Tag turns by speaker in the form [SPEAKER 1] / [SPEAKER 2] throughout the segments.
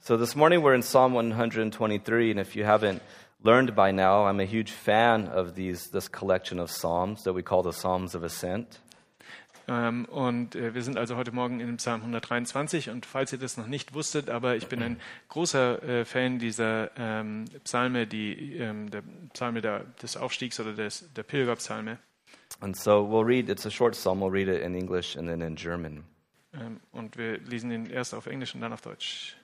[SPEAKER 1] So this morning we're in Psalm 123, and if you haven't learned by now, I'm a huge fan of these this collection of psalms that we call the Psalms of Ascent.
[SPEAKER 2] Ähm, und äh, wir sind also heute Morgen in Psalm 123. Und falls ihr das noch nicht wusstet, aber ich bin ein großer äh, Fan dieser ähm, Psalme, die, ähm, der Psalme der, des Aufstiegs oder des, der Pilgerpsalme.
[SPEAKER 1] And so we'll read. It's a short psalm. We'll read it in English and then in German.
[SPEAKER 2] Ähm, und wir lesen den erst auf Englisch und dann auf Deutsch.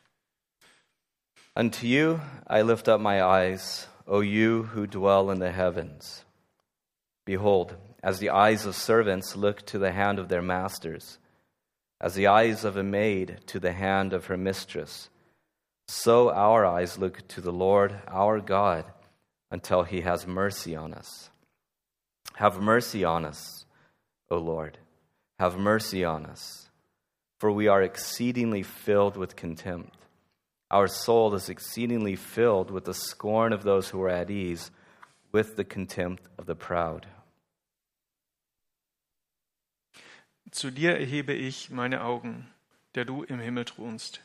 [SPEAKER 1] Unto you I lift up my eyes, O you who dwell in the heavens. Behold, as the eyes of servants look to the hand of their masters, as the eyes of a maid to the hand of her mistress, so our eyes look to the Lord our God until he has mercy on us. Have mercy on us, O Lord. Have mercy on us, for we are exceedingly filled with contempt. Our soul is exceedingly filled with the scorn of those who are at ease, with the contempt of the proud.
[SPEAKER 2] Zu dir erhebe ich meine Augen, der du im Himmel thronst.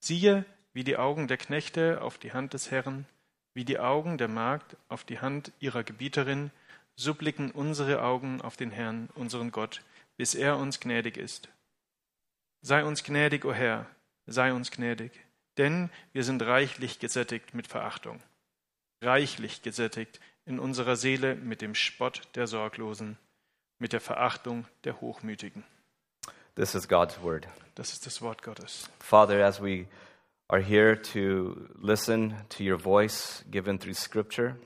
[SPEAKER 2] Siehe, wie die Augen der Knechte auf die Hand des Herrn, wie die Augen der Magd auf die Hand ihrer Gebieterin, so blicken unsere Augen auf den Herrn, unseren Gott, bis er uns gnädig ist. Sei uns gnädig, o Herr, sei uns gnädig, denn wir sind reichlich gesättigt mit Verachtung, reichlich gesättigt in unserer Seele mit dem Spott der Sorglosen, mit der Verachtung der Hochmütigen.
[SPEAKER 1] This is God's word.
[SPEAKER 2] Das ist das Wort Gottes.
[SPEAKER 1] Father, as we are here to listen to your voice given through Scripture,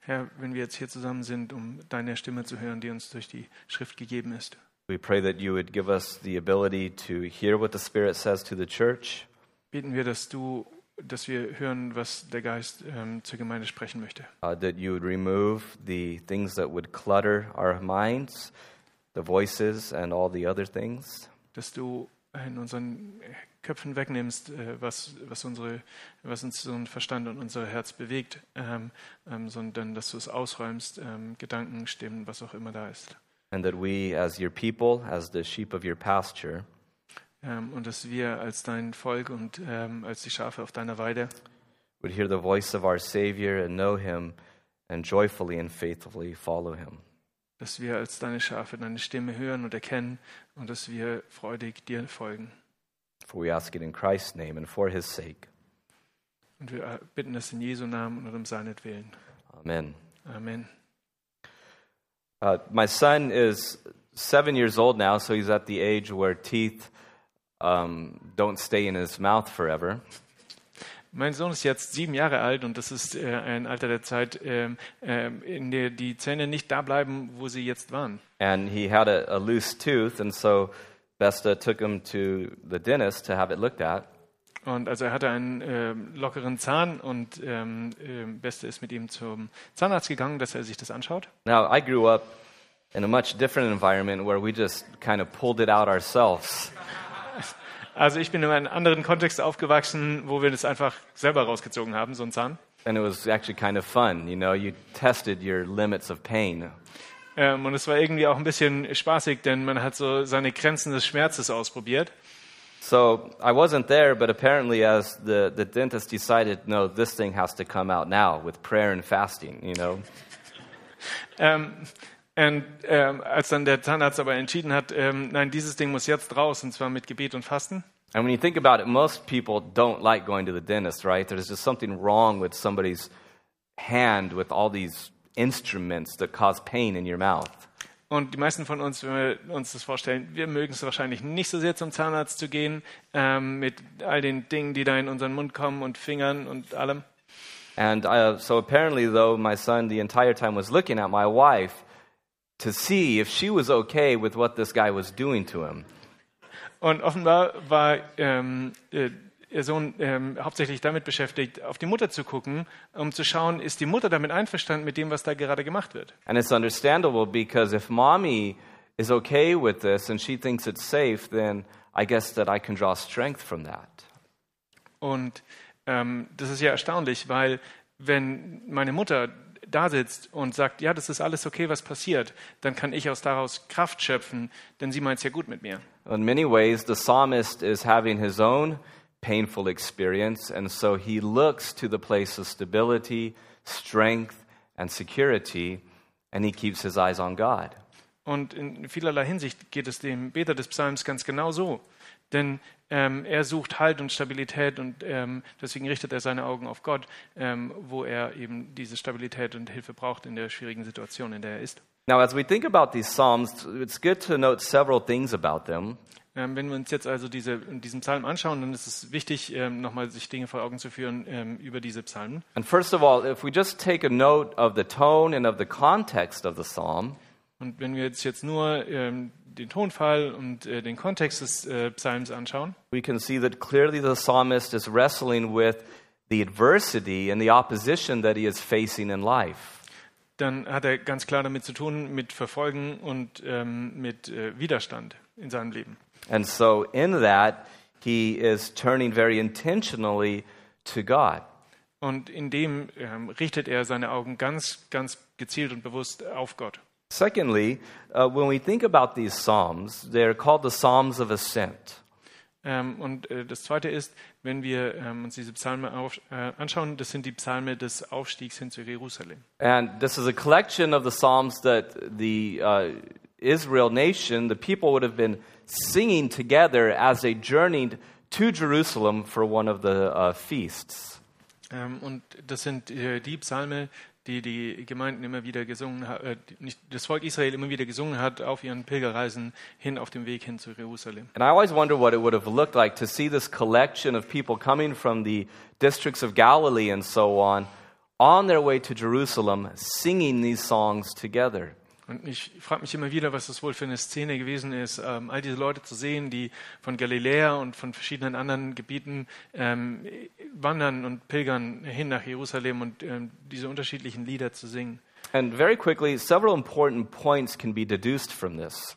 [SPEAKER 2] Herr, wenn wir jetzt hier zusammen sind, um deine Stimme zu hören, die uns durch die Schrift gegeben ist,
[SPEAKER 1] we pray that you would give us the ability to hear what the Spirit says to the church
[SPEAKER 2] beten wir, dass du, dass wir hören, was der Geist ähm, zur Gemeinde sprechen möchte.
[SPEAKER 1] uh, that you would remove the things that would clutter our minds, the voices, and all the other things.
[SPEAKER 2] Dass du in unseren Köpfen wegnimmst, äh, was, was, unsere, was uns so ein Verstand und unser Herz bewegt, ähm, ähm, sondern dass du es ausräumst, ähm, Gedanken, Stimmen, was auch immer da ist.
[SPEAKER 1] And that we, as your people, as the sheep of your pasture,
[SPEAKER 2] Ähm, und dass wir als dein Volk und ähm, als die Schafe auf deiner Weide
[SPEAKER 1] would hear the voice of our Savior and know him and joyfully and faithfully follow him.
[SPEAKER 2] dass wir als deine Schafe deine Stimme hören und erkennen und dass wir freudig dir folgen.
[SPEAKER 1] For we ask it in Christ's name and for his sake.
[SPEAKER 2] Und wir äh, bitten das in Jesu Namen und um seinetwillen.
[SPEAKER 1] Amen.
[SPEAKER 2] Amen.
[SPEAKER 1] Uh, my son is seven years old now, so he's at the age where teeth um, don't stay in his mouth forever.
[SPEAKER 2] Mein Sohn ist jetzt sieben Jahre alt und das ist äh, ein Alter der Zeit, ähm, ähm, in der die Zähne nicht da bleiben, wo sie jetzt waren.
[SPEAKER 1] And he had a, a loose tooth, and so Besta took him to the dentist to have it looked at.
[SPEAKER 2] Und also er hatte einen ähm, lockeren Zahn und ähm, ähm, Beste ist mit ihm zum Zahnarzt gegangen, dass er sich das anschaut.
[SPEAKER 1] Now, I grew up in a much different environment where we just kind of pulled it out ourselves.
[SPEAKER 2] Also ich bin in einem anderen Kontext aufgewachsen, wo wir das einfach selber rausgezogen haben, so einen Zahn.
[SPEAKER 1] And it was actually kind of fun, you know, you tested your limits of pain.
[SPEAKER 2] Ähm, und es war irgendwie auch ein bisschen spaßig, denn man hat so seine Grenzen des Schmerzes ausprobiert.
[SPEAKER 1] So I wasn't there, but apparently, as the, the dentist decided, no, this thing has to come out now with prayer and fasting, you know.
[SPEAKER 2] Ähm, und ähm, als dann der Zahnarzt aber entschieden hat, ähm, nein, dieses Ding muss jetzt raus, und zwar mit Gebet und Fasten.
[SPEAKER 1] And when you think about it, most people don't like going to the dentist, right? There's just something wrong with somebody's hand with all these instruments that cause pain in your mouth.
[SPEAKER 2] Und die meisten von uns, wenn wir uns das vorstellen, wir mögen es wahrscheinlich nicht so sehr zum Zahnarzt zu gehen, ähm, mit all den Dingen, die da in unseren Mund kommen und Fingern und allem.
[SPEAKER 1] And uh, so apparently, though, my son the entire time was looking at my wife to see if she was okay with what this guy was doing to him.
[SPEAKER 2] Und offenbar war ähm, äh, ihr Sohn ähm, hauptsächlich damit beschäftigt, auf die Mutter zu gucken, um zu schauen, ist die Mutter damit einverstanden mit dem, was da gerade gemacht wird.
[SPEAKER 1] And it's understandable because if mommy is okay with this and she thinks it's safe, then I guess that I can draw strength from that.
[SPEAKER 2] Und ähm, das ist ja erstaunlich, weil wenn meine Mutter da sitzt und sagt, ja, das ist alles okay, was passiert, dann kann ich aus daraus Kraft schöpfen, denn sie meint es ja gut mit mir.
[SPEAKER 1] In many ways, the psalmist is having his own painful experience, and so he looks to the place of stability, strength, and security, and he keeps his eyes on God.
[SPEAKER 2] Und in vielerlei Hinsicht geht es dem Beter des Psalms ganz genau so. Denn ähm, er sucht Halt und Stabilität und ähm, deswegen richtet er seine Augen auf Gott, ähm, wo er eben diese Stabilität und Hilfe braucht in der schwierigen Situation, in der er ist.
[SPEAKER 1] Now, as we think about these Psalms, it's good to note several things about them.
[SPEAKER 2] Ähm, wenn wir uns jetzt also diese, diesen Psalm anschauen, dann ist es wichtig, ähm, nochmal sich Dinge vor Augen zu führen ähm, über diese Psalmen.
[SPEAKER 1] And first of all, if we just take a note of the tone and of the context of the psalm,
[SPEAKER 2] Und wenn wir jetzt, jetzt nur ähm, den Tonfall und äh, den Kontext des äh, Psalms anschauen,
[SPEAKER 1] we can see that clearly the psalmist is wrestling with the adversity and the opposition that he is facing in life.
[SPEAKER 2] dann hat er ganz klar damit zu tun, mit Verfolgen und ähm, mit äh, Widerstand in seinem Leben.
[SPEAKER 1] And so, in that, he is turning very intentionally to God.
[SPEAKER 2] Und in dem ähm, richtet er seine Augen ganz, ganz gezielt und bewusst auf Gott.
[SPEAKER 1] Secondly, uh, when we think about these psalms, they're called the Psalms of Ascent.
[SPEAKER 2] Ähm, und äh, das Zweite ist, wenn wir ähm, uns diese Psalme auf, äh, anschauen, das sind die Psalme des Aufstiegs hin zu Jerusalem.
[SPEAKER 1] And this is a collection of the psalms that the uh, Israel nation, the people would have been singing together as they journeyed to Jerusalem for one of the uh, feasts.
[SPEAKER 2] Ähm, und das sind äh, die Psalme, die die Gemeinden immer wieder gesungen ha- äh, die- nicht, das Volk Israel immer wieder gesungen hat auf ihren Pilgerreisen hin auf dem Weg hin zu Jerusalem.
[SPEAKER 1] And I always wonder what it would have looked like to see this collection of people coming from the districts of Galilee and so on on their way to Jerusalem singing these songs together.
[SPEAKER 2] Und ich frage mich immer wieder, was das wohl für eine Szene gewesen ist, ähm, all diese Leute zu sehen, die von Galiläa und von verschiedenen anderen Gebieten ähm, wandern und pilgern hin nach Jerusalem und ähm, diese unterschiedlichen Lieder zu singen.
[SPEAKER 1] And very quickly, several important points can be deduced from this.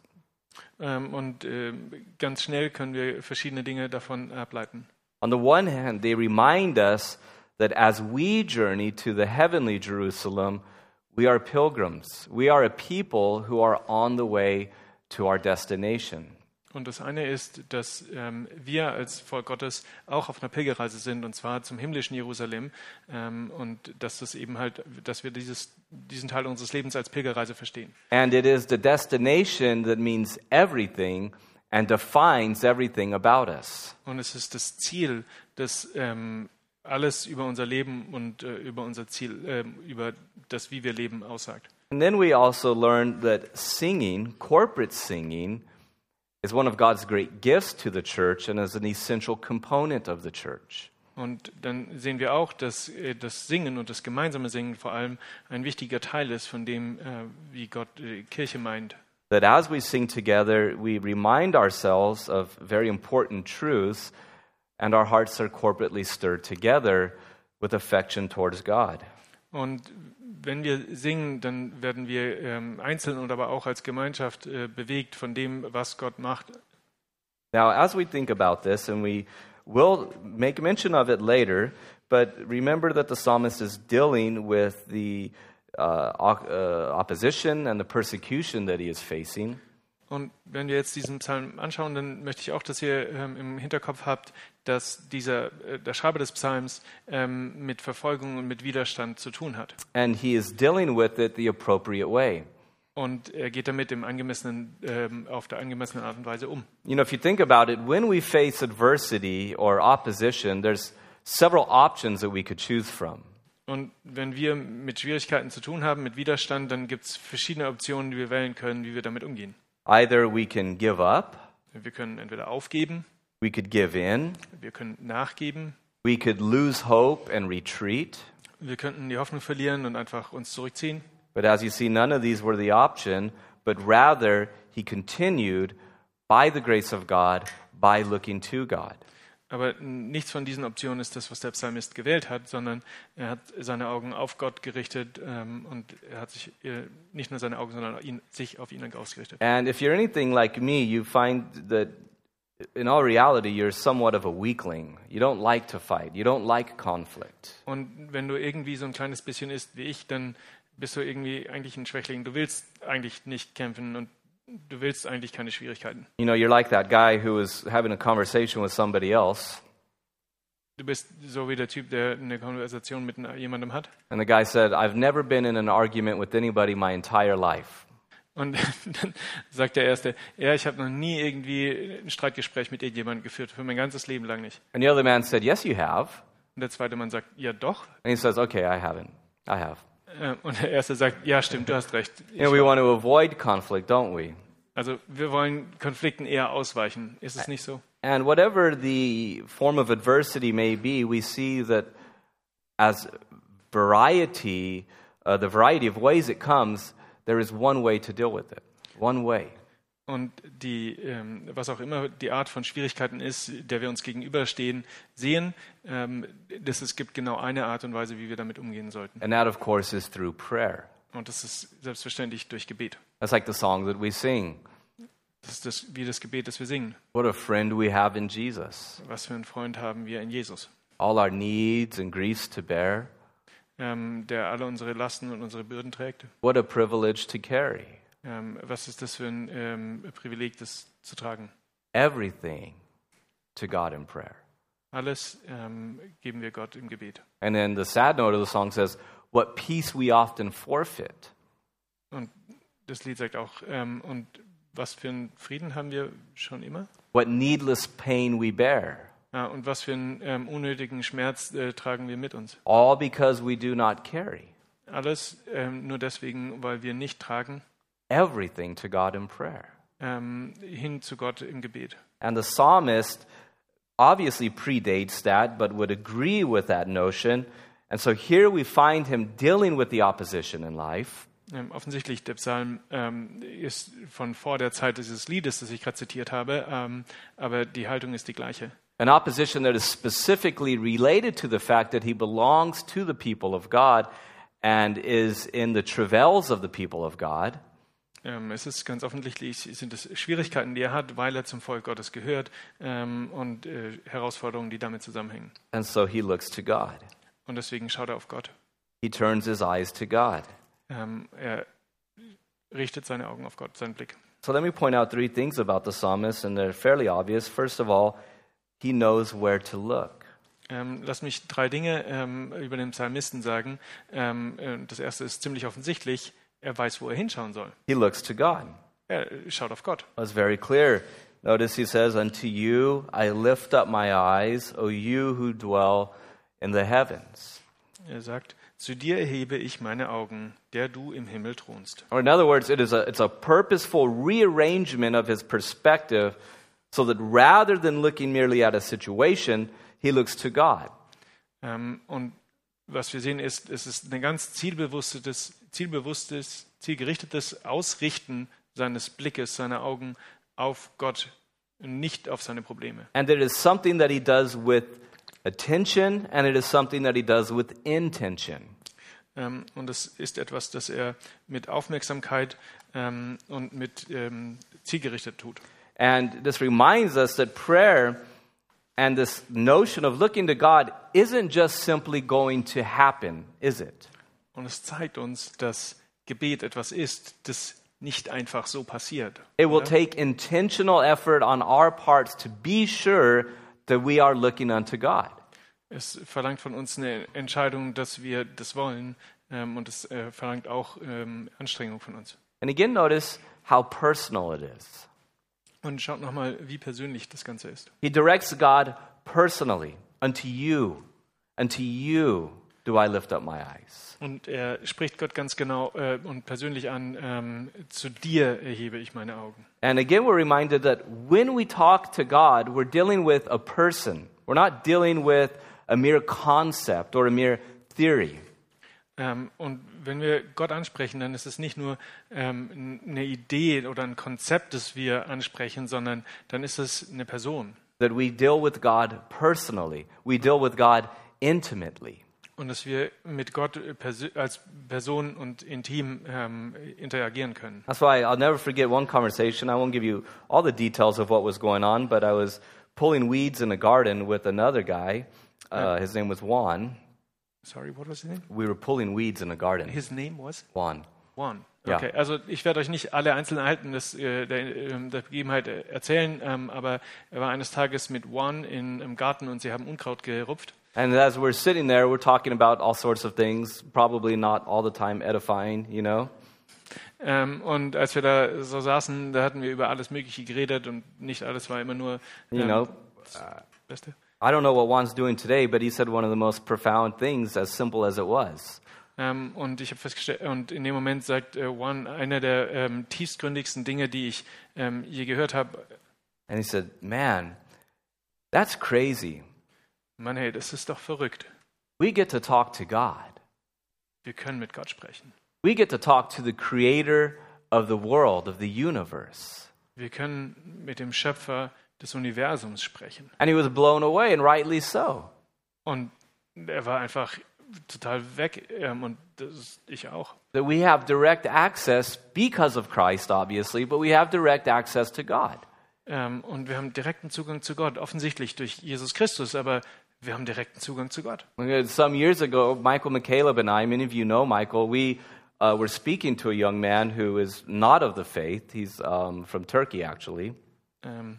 [SPEAKER 2] Ähm, und ähm, ganz schnell können wir verschiedene Dinge davon ableiten.
[SPEAKER 1] On the one hand, they remind us that as we journey to the heavenly Jerusalem, we are pilgrims. We are a people who are on the way to our destination.
[SPEAKER 2] Und das eine ist, dass ähm, wir als Volk Gottes auch auf einer Pilgerreise sind, und zwar zum himmlischen Jerusalem. Ähm, und dass das eben halt, dass wir dieses, diesen Teil unseres Lebens als Pilgerreise verstehen.
[SPEAKER 1] And it is the destination that means everything and defines everything about us.
[SPEAKER 2] Und es ist das Ziel, das ähm, alles über unser Leben und äh, über unser Ziel, ähm, über das, wie wir leben, aussagt.
[SPEAKER 1] And then we also learn that singing, corporate singing, is one of God's great gifts to the church and is an essential component of the church.
[SPEAKER 2] Und dann sehen wir auch, dass äh, das Singen und das gemeinsame Singen vor allem ein wichtiger Teil ist von dem, äh, wie Gott äh, Kirche meint.
[SPEAKER 1] that as we sing together, we remind ourselves of very important truths, and our hearts are corporately stirred together with affection towards God.
[SPEAKER 2] Und wenn wir singen, dann werden wir ähm, einzeln und aber auch als Gemeinschaft äh, bewegt von dem, was Gott macht.
[SPEAKER 1] Now, as we think about this, and we will make mention of it later, but remember that the psalmist is dealing with the uh, op- uh, opposition and the persecution that he is facing.
[SPEAKER 2] Und wenn wir jetzt diesen Psalm anschauen, dann möchte ich auch, dass ihr ähm, im Hinterkopf habt, dass dieser, äh, der Schreiber des Psalms ähm, mit Verfolgung und mit Widerstand zu tun hat.
[SPEAKER 1] And he is dealing with it the appropriate way.
[SPEAKER 2] Und er geht damit im angemessenen, ähm, auf der angemessenen Art und Weise um.
[SPEAKER 1] You know, if you think about it, when we face adversity or opposition, there's several options that we could choose from.
[SPEAKER 2] Und wenn wir mit Schwierigkeiten zu tun haben, mit Widerstand, dann gibt es verschiedene Optionen, die wir wählen können, wie wir damit umgehen.
[SPEAKER 1] Either we can give up,
[SPEAKER 2] Wir können entweder aufgeben,
[SPEAKER 1] we could give in,
[SPEAKER 2] wir können nachgeben,
[SPEAKER 1] we could lose hope and retreat.
[SPEAKER 2] Wir könnten die Hoffnung verlieren und einfach uns zurückziehen.
[SPEAKER 1] But as you see, none of these were the option, but rather he continued by the grace of God, by looking to God.
[SPEAKER 2] Aber nichts von diesen Optionen ist das, was der Psalmist gewählt hat, sondern er hat seine Augen auf Gott gerichtet ähm, und er hat sich äh, nicht nur seine Augen, sondern auch ihn, sich auf ihn ausgerichtet.
[SPEAKER 1] And if you're anything like me, you find that in all reality, you're somewhat of a weakling. You don't like to fight, you don't like conflict.
[SPEAKER 2] Und wenn du irgendwie so ein kleines bisschen isst wie ich, dann bist du irgendwie eigentlich ein Schwächling. Du willst eigentlich nicht kämpfen und du willst eigentlich keine Schwierigkeiten.
[SPEAKER 1] You know, you're like that guy who was having a conversation with somebody else,
[SPEAKER 2] Du bist so wie der Typ, der eine Konversation mit jemandem hat.
[SPEAKER 1] And the guy said, I've never been in an argument with anybody my entire life.
[SPEAKER 2] Und dann sagt der Erste, ja, ich habe noch nie irgendwie ein Streitgespräch mit irgendjemandem geführt, für mein ganzes Leben lang nicht.
[SPEAKER 1] And the other man said, Yes, you have.
[SPEAKER 2] Und der zweite Mann sagt, ja doch.
[SPEAKER 1] And he says, Okay, I haven't. I have.
[SPEAKER 2] Äh, Und der Erste sagt, ja stimmt, du hast recht.
[SPEAKER 1] You know, we want to avoid conflict, don't we?
[SPEAKER 2] Also wir wollen Konflikten eher ausweichen. Ist es nicht so?
[SPEAKER 1] And whatever the form of adversity may be, we see that as variety, uh, the variety of ways it comes, there is one way to deal with it. One way.
[SPEAKER 2] Und die, ähm, was auch immer die Art von Schwierigkeiten ist, der wir uns gegenüberstehen, sehen, ähm, dass es gibt genau eine Art und Weise, wie wir damit umgehen sollten.
[SPEAKER 1] And that, of course, is through prayer.
[SPEAKER 2] Und das ist selbstverständlich durch Gebet.
[SPEAKER 1] That's like the song that we sing.
[SPEAKER 2] Das ist das, wie das Gebet, das wir singen.
[SPEAKER 1] What a friend we have in Jesus.
[SPEAKER 2] Was für einen Freund haben wir in Jesus,
[SPEAKER 1] All our needs and griefs to bear.
[SPEAKER 2] ähm, der alle unsere Lasten und unsere Bürden trägt.
[SPEAKER 1] What a privilege to carry.
[SPEAKER 2] Ähm, was ist das für ein ähm, Privileg, das zu tragen?
[SPEAKER 1] Everything to God in prayer.
[SPEAKER 2] Alles ähm, geben wir Gott im Gebet.
[SPEAKER 1] And then the sad note of the song says, What peace we often forfeit.
[SPEAKER 2] Und das Lied sagt auch, ähm, und was für einen Frieden haben wir schon immer?
[SPEAKER 1] what needless pain we bear,
[SPEAKER 2] Ja, und was für einen ähm, unnötigen Schmerz äh, tragen wir mit uns?
[SPEAKER 1] all because we do not carry
[SPEAKER 2] Alles ähm, nur deswegen, weil wir nicht tragen,
[SPEAKER 1] everything to God in prayer.
[SPEAKER 2] ähm, hin zu Gott im Gebet.
[SPEAKER 1] And the psalmist obviously predates that, but would agree with that notion. And so here we find him dealing with the opposition in life.
[SPEAKER 2] Ähm, offensichtlich, der Psalm ähm, ist von vor der Zeit dieses Liedes, das ich gerade zitiert habe, ähm, aber die Haltung ist die gleiche.
[SPEAKER 1] An opposition that is specifically related to the fact that he belongs to the people of God and is in the travails of the people of God.
[SPEAKER 2] Ähm, es ist ganz offensichtlich, sind es Schwierigkeiten, die er hat, weil er zum Volk Gottes gehört ähm, und äh, Herausforderungen, die damit zusammenhängen.
[SPEAKER 1] And so he looks to God.
[SPEAKER 2] Und deswegen schaut er auf Gott.
[SPEAKER 1] He turns his eyes to God.
[SPEAKER 2] Ähm, er richtet seine Augen auf Gott, seinen Blick.
[SPEAKER 1] So let me point out three things about the psalmist, and they're fairly obvious. First of all, he knows where to look.
[SPEAKER 2] Ähm, lass mich drei Dinge ähm, über den Psalmisten sagen. Ähm, äh, das erste ist ziemlich offensichtlich. Er weiß, wo er hinschauen soll.
[SPEAKER 1] He looks to God.
[SPEAKER 2] Er äh, schaut auf Gott.
[SPEAKER 1] That's very clear. Notice he says, Unto you I lift up my eyes, O you who dwell in the heavens.
[SPEAKER 2] Er sagt, zu dir erhebe ich meine Augen, der du im Himmel thronst.
[SPEAKER 1] Or in other words, it is a, it's a purposeful rearrangement of his perspective so that rather than looking merely at a situation, he looks to God.
[SPEAKER 2] Ähm, und was wir sehen ist, es ist ein ganz zielbewusstes, zielbewusstes, zielgerichtetes Ausrichten seines Blickes, seiner Augen auf Gott, nicht auf seine Probleme.
[SPEAKER 1] And it is something that he does with attention, and it is something that he does with intention.
[SPEAKER 2] Ähm, und es ist etwas, das er mit Aufmerksamkeit ähm, und mit ähm, zielgerichtet tut.
[SPEAKER 1] And this reminds us that prayer and this notion of looking to God isn't just simply going to happen, is it?
[SPEAKER 2] Und es zeigt uns, dass Gebet etwas ist, das nicht einfach so passiert.
[SPEAKER 1] It will take intentional effort on our parts to be sure that we are looking unto God.
[SPEAKER 2] Es verlangt von uns eine Entscheidung, dass wir das wollen. Ähm, und es äh, verlangt auch ähm, Anstrengung von uns.
[SPEAKER 1] And again, notice how personal it is.
[SPEAKER 2] Und schaut nochmal, wie persönlich das Ganze ist.
[SPEAKER 1] He directs God personally unto you, unto you do I lift up my eyes.
[SPEAKER 2] Und er spricht Gott ganz genau äh, und persönlich an, ähm, zu dir erhebe ich meine Augen.
[SPEAKER 1] And again, we're reminded that when we talk to God, we're dealing with a person. We're not dealing with a mere concept or a mere theory.
[SPEAKER 2] Ähm, und wenn wir Gott ansprechen, dann ist es nicht nur ähm, eine Idee oder ein Konzept, das wir ansprechen, sondern dann ist es eine Person.
[SPEAKER 1] That we deal with God personally, we deal with God intimately.
[SPEAKER 2] Und dass wir mit Gott perso- als Person und intim ähm, interagieren können.
[SPEAKER 1] That's why I'll never forget one conversation. I won't give you all the details of what was going on, but I was pulling weeds in a garden with another guy. Uh, his name was Juan.
[SPEAKER 2] Sorry, what was his name?
[SPEAKER 1] We were pulling weeds in a garden.
[SPEAKER 2] His name was
[SPEAKER 1] Juan.
[SPEAKER 2] Juan.
[SPEAKER 1] Ja.
[SPEAKER 2] Okay, also ich werde euch nicht alle Einzelheiten des, äh, der, ähm, der Begebenheit äh, erzählen, ähm, aber er war eines Tages mit Juan in, im Garten und sie haben Unkraut gerupft.
[SPEAKER 1] And as we're sitting there, we're talking about all sorts of things, probably not all the time edifying, you know?
[SPEAKER 2] Ähm, und als wir da so saßen, da hatten wir über alles Mögliche geredet und nicht alles war immer nur
[SPEAKER 1] You
[SPEAKER 2] ähm,
[SPEAKER 1] know, uh,
[SPEAKER 2] das Beste.
[SPEAKER 1] I don't know what Juan's doing today, but he said one of the most profound things, as simple as it was.
[SPEAKER 2] Ähm, und ich habe festgestellt, und in dem Moment sagt äh, Juan einer der ähm, tiefstgründigsten Dinge, die ich ähm, je gehört habe.
[SPEAKER 1] And he said, Man, that's crazy.
[SPEAKER 2] Mann, hey, das ist doch verrückt.
[SPEAKER 1] We get to talk to God,
[SPEAKER 2] Wir können mit Gott sprechen.
[SPEAKER 1] we get to talk to the creator of the world, of the universe.
[SPEAKER 2] Wir können mit dem Schöpfer des Universums sprechen.
[SPEAKER 1] And he was blown away, and rightly so.
[SPEAKER 2] Und er war einfach total weg ähm, und das ist ich auch.
[SPEAKER 1] That we have direct access because of Christ, obviously, but we have direct access to God.
[SPEAKER 2] Ähm, und wir haben direkten Zugang zu Gott, offensichtlich durch Jesus Christus, aber wir haben direkten Zugang zu Gott.
[SPEAKER 1] uh, Some years ago, Michael McCaleb and I, many of you know Michael, we uh, were speaking to a young man who is not of the faith. He's um, from Turkey, actually.
[SPEAKER 2] Ähm,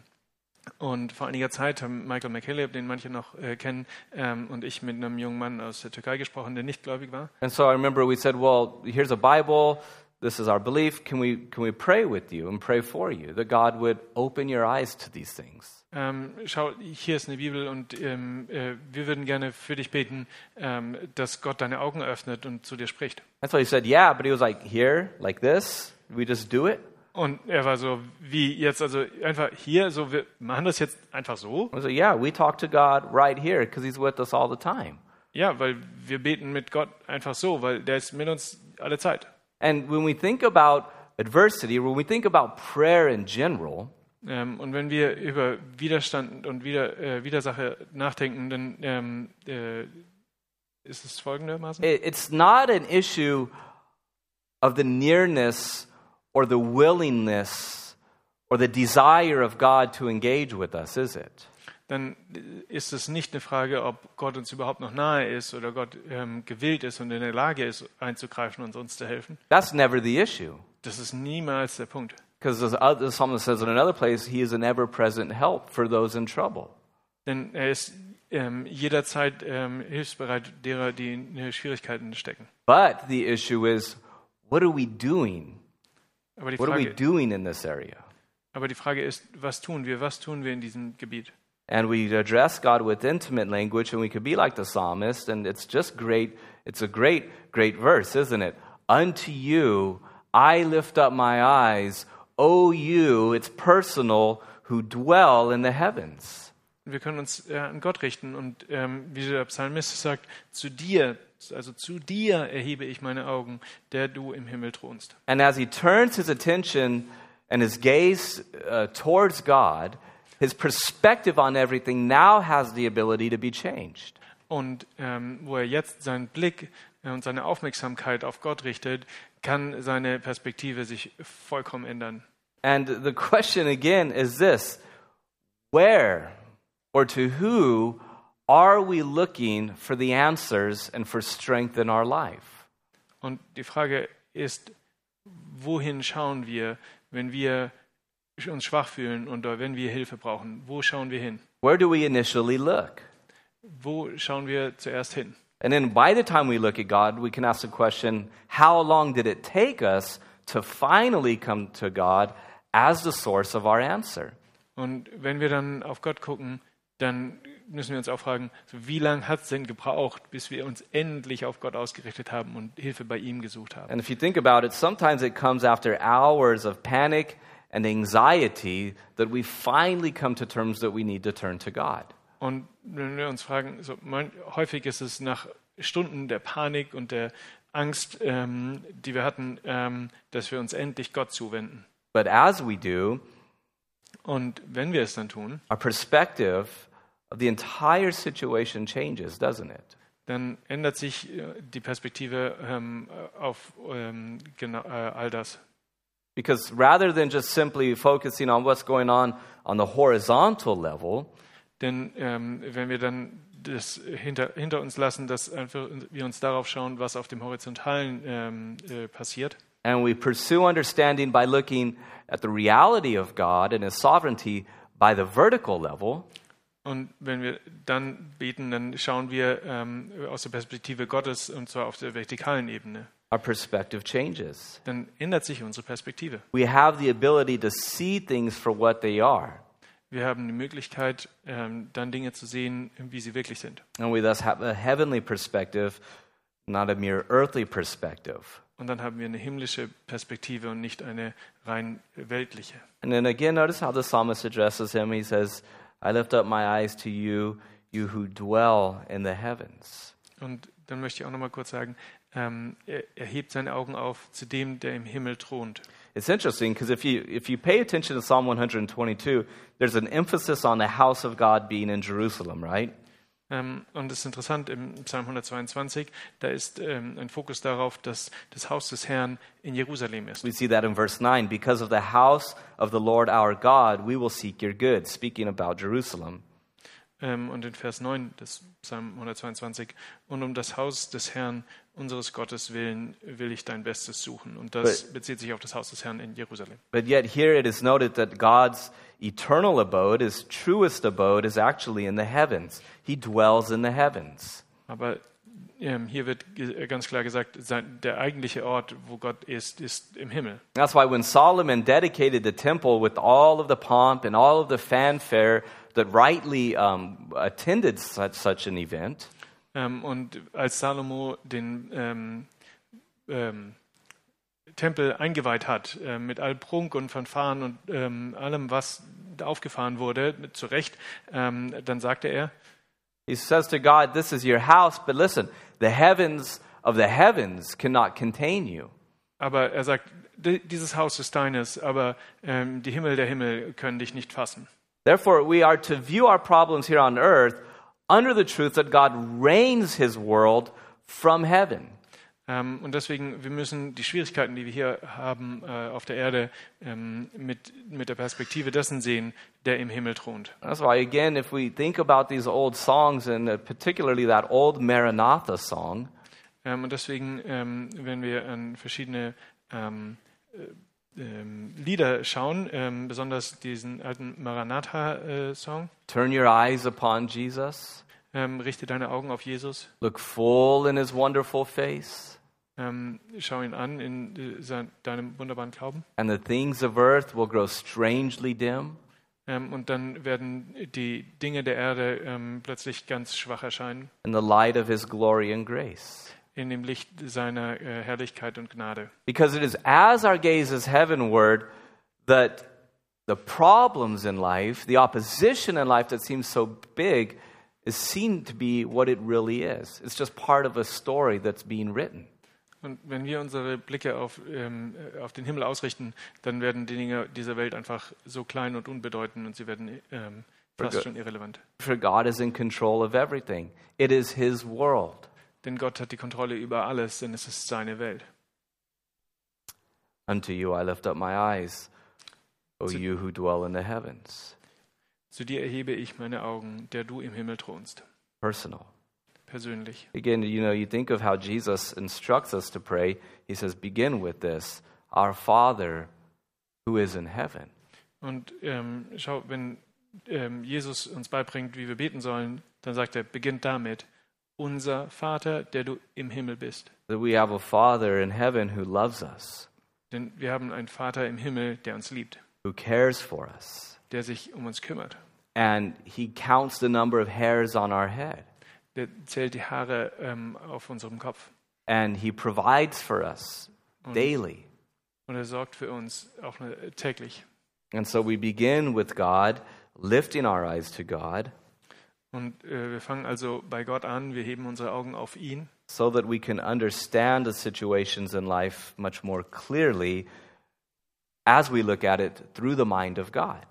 [SPEAKER 2] und vor einiger Zeit haben Michael McCaleb, den manche noch äh, kennen, ähm, und ich mit einem jungen Mann aus der Türkei gesprochen, der nicht gläubig war.
[SPEAKER 1] And so I remember we said, Well, here's a Bible. This is our belief. Can we, can we pray with you and pray for you that God would open your eyes to these things?
[SPEAKER 2] Ähm, schau, hier ist eine Bibel und ähm, äh, wir würden gerne für dich beten, ähm, dass Gott deine Augen öffnet und zu dir spricht.
[SPEAKER 1] And so he said, Yeah, but he was like, Here, like this, we just do it.
[SPEAKER 2] Und er war so, wie jetzt, also einfach hier, so, wir machen das jetzt einfach so?
[SPEAKER 1] I was like, Yeah, we talk to God right here because he's with us all the time.
[SPEAKER 2] Ja, weil wir beten mit Gott einfach so, weil der ist mit uns alle Zeit.
[SPEAKER 1] And when we think about adversity, when we think about prayer in general,
[SPEAKER 2] Ähm, und wenn wir über Widerstand und Wider, äh, Widersache nachdenken, dann ähm, äh, ist es folgendermaßen.
[SPEAKER 1] it, it's not an issue of the nearness or the willingness or the desire of God to engage with us, is it?
[SPEAKER 2] Dann ist es nicht eine Frage, ob Gott uns überhaupt noch nahe ist oder Gott ähm, gewillt ist und in der Lage ist, einzugreifen und uns zu helfen.
[SPEAKER 1] That's never the issue.
[SPEAKER 2] Das ist niemals der Punkt.
[SPEAKER 1] Because the psalmist says in another place, he is an ever present help for those in trouble.
[SPEAKER 2] Denn er ist ähm, jederzeit ähm, hilfsbereit derer, die in äh, Schwierigkeiten stecken.
[SPEAKER 1] But the issue is, what are we doing?
[SPEAKER 2] Aber die,
[SPEAKER 1] What are we
[SPEAKER 2] Frage,
[SPEAKER 1] doing in this area?
[SPEAKER 2] aber die Frage ist, was tun wir? Was tun wir in diesem Gebiet?
[SPEAKER 1] And we address God with intimate language, and we could be like the psalmist, and it's just great. It's a great, great verse, isn't it? Unto you I lift up my eyes, O you, it's personal, who dwell in the heavens.
[SPEAKER 2] Wir können uns äh, an Gott richten und ähm, wie der Psalmist sagt, zu dir, also zu dir erhebe ich meine Augen, der du im Himmel thronst.
[SPEAKER 1] And as he turns his attention and his gaze uh, towards God, his perspective on everything now has the ability to be changed.
[SPEAKER 2] Und ähm, wo er jetzt seinen Blick äh, und seine Aufmerksamkeit auf Gott richtet, kann seine Perspektive sich vollkommen ändern.
[SPEAKER 1] And the question again is this where or to who are we looking for the answers and for strength in our life?
[SPEAKER 2] Und die Frage ist, wohin schauen wir, wenn wir uns schwach fühlen und wenn wir Hilfe brauchen? Wo schauen wir hin?
[SPEAKER 1] Where do we initially look?
[SPEAKER 2] Wo schauen wir zuerst hin?
[SPEAKER 1] And then by the time we look at God, we can ask the question how long did it take us to finally come to God as the source of our answer?
[SPEAKER 2] Und wenn wir dann auf Gott gucken, dann müssen wir uns auch fragen, so wie lange hat es denn gebraucht, bis wir uns endlich auf Gott ausgerichtet haben und Hilfe bei ihm gesucht haben?
[SPEAKER 1] And if you think about it, sometimes it comes after hours of panic and anxiety that we finally come to terms that we need to turn to God.
[SPEAKER 2] Und wenn wir uns fragen, so man, häufig ist es nach Stunden der Panik und der Angst, ähm, die wir hatten, ähm, dass wir uns endlich Gott zuwenden.
[SPEAKER 1] But as we do,
[SPEAKER 2] Und wenn wir es dann tun,
[SPEAKER 1] our perspective of the entire situation changes, doesn't it?
[SPEAKER 2] dann ändert sich äh, die Perspektive ähm, auf ähm, genau, äh, all das.
[SPEAKER 1] Because rather than just simply focusing on what's going on on the horizontal level,
[SPEAKER 2] Denn ähm, wenn wir dann das hinter, hinter uns lassen, dass einfach wir uns darauf schauen, was auf dem Horizontalen ähm, äh, passiert,
[SPEAKER 1] And we pursue understanding by looking at the reality of God and His sovereignty by the vertical level.
[SPEAKER 2] Und wenn wir dann beten, dann schauen wir ähm, aus der Perspektive Gottes und zwar auf der vertikalen Ebene.
[SPEAKER 1] Our perspective changes.
[SPEAKER 2] Dann ändert sich unsere Perspektive.
[SPEAKER 1] We have the ability to see things for what they are.
[SPEAKER 2] Wir haben die Möglichkeit, ähm, dann Dinge zu sehen, wie sie wirklich sind.
[SPEAKER 1] And we thus have a heavenly perspective, not a mere earthly perspective.
[SPEAKER 2] Und dann haben wir eine himmlische Perspektive und nicht eine rein weltliche.
[SPEAKER 1] And then again, notice how the psalmist addresses him. He says, I lift up my eyes to you, you who dwell in the heavens.
[SPEAKER 2] Und dann möchte ich auch noch mal kurz sagen, ähm, er, er hebt seine Augen auf zu dem, der im Himmel thront.
[SPEAKER 1] It's interesting because if you, if you pay attention to Psalm 122, there's an emphasis on the house of God being in Jerusalem, right?
[SPEAKER 2] Ähm, und es ist interessant, im Psalm 122, da ist ähm, ein Fokus darauf, dass das Haus des Herrn in Jerusalem ist.
[SPEAKER 1] We see that in verse 9. Because of the house of the Lord our God, we will seek your good, speaking about Jerusalem.
[SPEAKER 2] Ähm, und in Vers 9 des Psalm 122, und um das Haus des Herrn, unseres Gottes willen, will ich dein Bestes suchen. Und das bezieht sich auf das Haus des Herrn in Jerusalem.
[SPEAKER 1] But yet, here it is noted that God's eternal abode, his truest abode, is actually in the heavens. He dwells in the heavens.
[SPEAKER 2] Aber ähm, hier wird ge- ganz klar gesagt, sein, der eigentliche Ort, wo Gott ist, ist im Himmel.
[SPEAKER 1] That's why when Solomon dedicated the temple with all of the pomp and all of the fanfare that rightly um, attended such, such an event,
[SPEAKER 2] Ähm, und als Salomo den ähm, ähm, Tempel eingeweiht hat, äh, mit all Prunk und Fanfaren und ähm, allem, was da aufgefahren wurde, mit- zu Recht, ähm, dann sagte er,
[SPEAKER 1] he says to God, This is your house, but listen, the heavens of the heavens cannot contain you.
[SPEAKER 2] aber er sagt, "Di- dieses Haus ist deines, aber ähm, die Himmel der Himmel können dich nicht fassen.
[SPEAKER 1] Therefore, we are to view our problems here on earth under the truth that God reigns his world from heaven.
[SPEAKER 2] Ähm, und deswegen, wir müssen die Schwierigkeiten, die wir hier haben äh, auf der Erde, ähm, mit, mit der Perspektive dessen sehen, der im Himmel thront.
[SPEAKER 1] That's why, again, if we think about these old songs, and uh, particularly that old Maranatha song,
[SPEAKER 2] Ähm, und deswegen, ähm, wenn wir an verschiedene ähm, äh, ähm, Lieder schauen, ähm, besonders diesen alten Maranatha-Song,
[SPEAKER 1] turn your eyes upon Jesus,
[SPEAKER 2] ähm, richte deine Augen auf Jesus,
[SPEAKER 1] look full in his wonderful face,
[SPEAKER 2] ähm, schau ihn an in äh, sein, deinem wunderbaren Glauben.
[SPEAKER 1] and the things of earth will grow strangely dim.
[SPEAKER 2] Ähm, und dann werden die Dinge der Erde ähm, plötzlich ganz schwach erscheinen
[SPEAKER 1] in the light of his glory and grace.
[SPEAKER 2] in dem Licht seiner äh, Herrlichkeit und Gnade.
[SPEAKER 1] Because it is as our gaze is heavenward that the problems in life, the opposition in life that seems so big, is seen to be what it really is. It's just part of a story that's being written.
[SPEAKER 2] Und wenn wir unsere Blicke auf, ähm, auf den Himmel ausrichten, dann werden die Dinge dieser Welt einfach so klein und unbedeutend und sie werden ähm, fast
[SPEAKER 1] Verge-
[SPEAKER 2] schon irrelevant.
[SPEAKER 1] For God is in control of everything, it is his world.
[SPEAKER 2] Denn Gott hat die Kontrolle über alles, denn es ist seine Welt.
[SPEAKER 1] Unto you I lift up my eyes, O
[SPEAKER 2] So-
[SPEAKER 1] you who dwell in the heavens.
[SPEAKER 2] Zu dir erhebe ich meine Augen, der du im Himmel thronst,
[SPEAKER 1] Personal.
[SPEAKER 2] persönlich.
[SPEAKER 1] Again, you know, you think of how Jesus instructs us to pray. He says, begin with this Our Father who is in heaven.
[SPEAKER 2] Und ähm, schau, wenn ähm, Jesus uns beibringt, wie wir beten sollen, dann sagt er, beginnt damit, unser Vater, der du im Himmel bist.
[SPEAKER 1] That we have a Father in heaven who loves us,
[SPEAKER 2] Denn wir haben einen Vater im Himmel, der uns liebt,
[SPEAKER 1] who cares for us,
[SPEAKER 2] der sich um uns kümmert.
[SPEAKER 1] and He counts the number of hairs on our head,
[SPEAKER 2] Der zählt die Haare ähm, auf unserem Kopf
[SPEAKER 1] and He provides for us daily.
[SPEAKER 2] und er sorgt für uns auch äh, täglich.
[SPEAKER 1] And so we begin with God, lifting our eyes to God,
[SPEAKER 2] Und äh, wir fangen also bei Gott an, wir heben unsere Augen auf ihn,
[SPEAKER 1] so that we can understand the situations in life much more clearly as we look at it through the mind of God.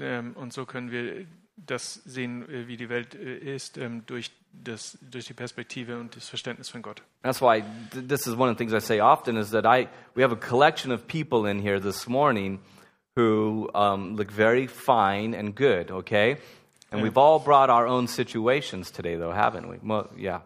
[SPEAKER 2] ähm, und so können wir das sehen, äh, wie die Welt äh, ist, ähm, durch, das, durch die Perspektive und das Verständnis von Gott.
[SPEAKER 1] That's why th- this is one of the things I say often is that I we have a collection of people in here this morning who um, look very fine and good, okay? And we've all brought our own situations today, though, haven't we? Mo- yeah.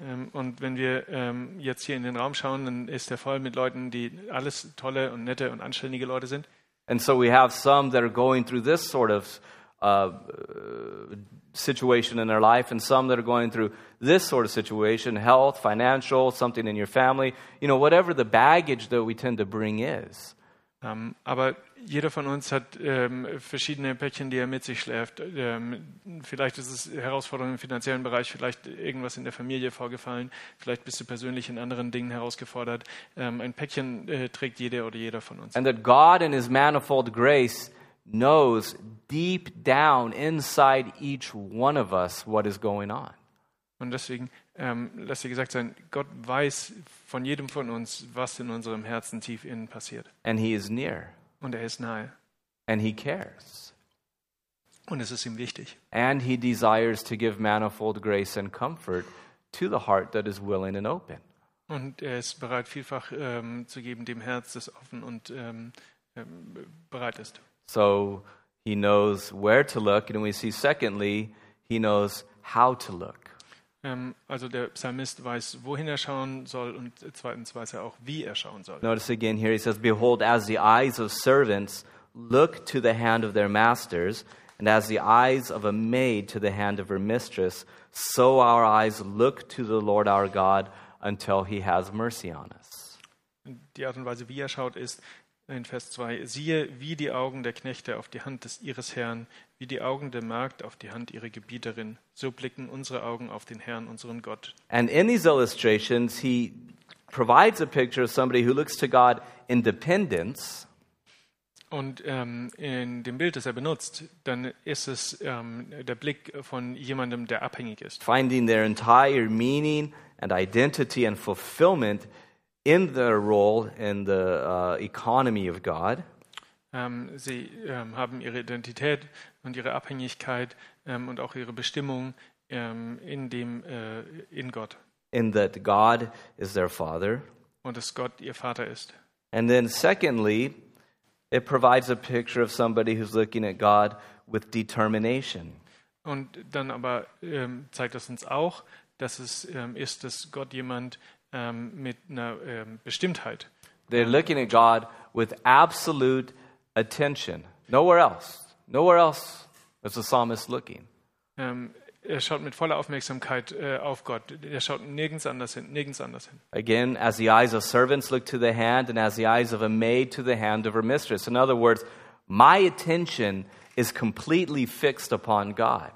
[SPEAKER 2] Ähm, Und wenn wir ähm, jetzt hier in den Raum schauen, dann ist er voll mit Leuten, die alles tolle und nette und anständige Leute sind.
[SPEAKER 1] And so we have some that are going through this sort of uh, uh, situation in their life, and some that are going through this sort of situation health, financial, something in your family, you know, whatever the baggage that we tend to bring is.
[SPEAKER 2] Ähm, aber jeder von uns hat ähm, verschiedene Päckchen, die er mit sich schläft. Ähm, vielleicht ist es Herausforderungen im finanziellen Bereich, vielleicht irgendwas in der Familie vorgefallen, vielleicht bist du persönlich in anderen Dingen herausgefordert. Ähm, ein Päckchen äh, trägt jeder oder jeder von uns.
[SPEAKER 1] And that God, in His manifold grace, knows deep down inside each one of us what is going on.
[SPEAKER 2] Und deswegen, ähm, lass dir gesagt sein, Gott weiß von jedem von uns, was in unserem Herzen tief innen passiert.
[SPEAKER 1] And He is near,
[SPEAKER 2] Und er ist nahe.
[SPEAKER 1] and He cares,
[SPEAKER 2] Und es ist ihm wichtig.
[SPEAKER 1] and He desires to give manifold grace and comfort to the heart that is willing and open.
[SPEAKER 2] Und er ist bereit, vielfach ähm, zu geben dem Herz, das offen und ähm, ähm, bereit ist.
[SPEAKER 1] So he knows where to look. And we see, secondly, he knows how to look.
[SPEAKER 2] Ähm, also der Psalmist weiß, wohin er schauen soll und zweitens weiß er auch, wie er schauen soll.
[SPEAKER 1] Notice again here, he says, Behold, as the eyes of servants look to the hand of their masters, and as the eyes of a maid to the hand of her mistress, so our eyes look to the Lord our God until he has mercy on us.
[SPEAKER 2] Die Art und Weise, wie er schaut, ist in Vers 2, siehe, wie die Augen der Knechte auf die Hand des ihres Herrn, wie die Augen der Magd auf die Hand ihrer Gebieterin, so blicken unsere Augen auf den Herrn, unseren Gott.
[SPEAKER 1] And in these illustrations, he provides a picture of somebody who looks to God in dependence.
[SPEAKER 2] Und ähm, in dem Bild, das er benutzt, dann ist es ähm, der Blick von jemandem, der abhängig ist.
[SPEAKER 1] finding their entire meaning and identity and fulfillment in their role in the uh, economy of God.
[SPEAKER 2] Ähm, sie ähm, haben ihre Identität und ihre Abhängigkeit ähm, und auch ihre Bestimmung ähm, in dem äh, in Gott
[SPEAKER 1] In that God is their Father.
[SPEAKER 2] und dass Gott ihr Vater ist.
[SPEAKER 1] And then, secondly, it provides a picture of somebody who's looking at God with determination.
[SPEAKER 2] Und dann aber ähm, zeigt das uns auch, dass es ähm, ist, dass Gott jemand ähm, mit einer ähm, Bestimmtheit.
[SPEAKER 1] They're looking at God with absolute attention. Nowhere else. Nowhere else is the psalmist looking.
[SPEAKER 2] Ähm, er schaut mit voller Aufmerksamkeit äh, auf Gott. Er schaut nirgends anders hin, nirgends anders hin.
[SPEAKER 1] Again, as the eyes of servants look to the hand, and as the eyes of a maid to the hand of her mistress. In other words, my attention is completely fixed upon God.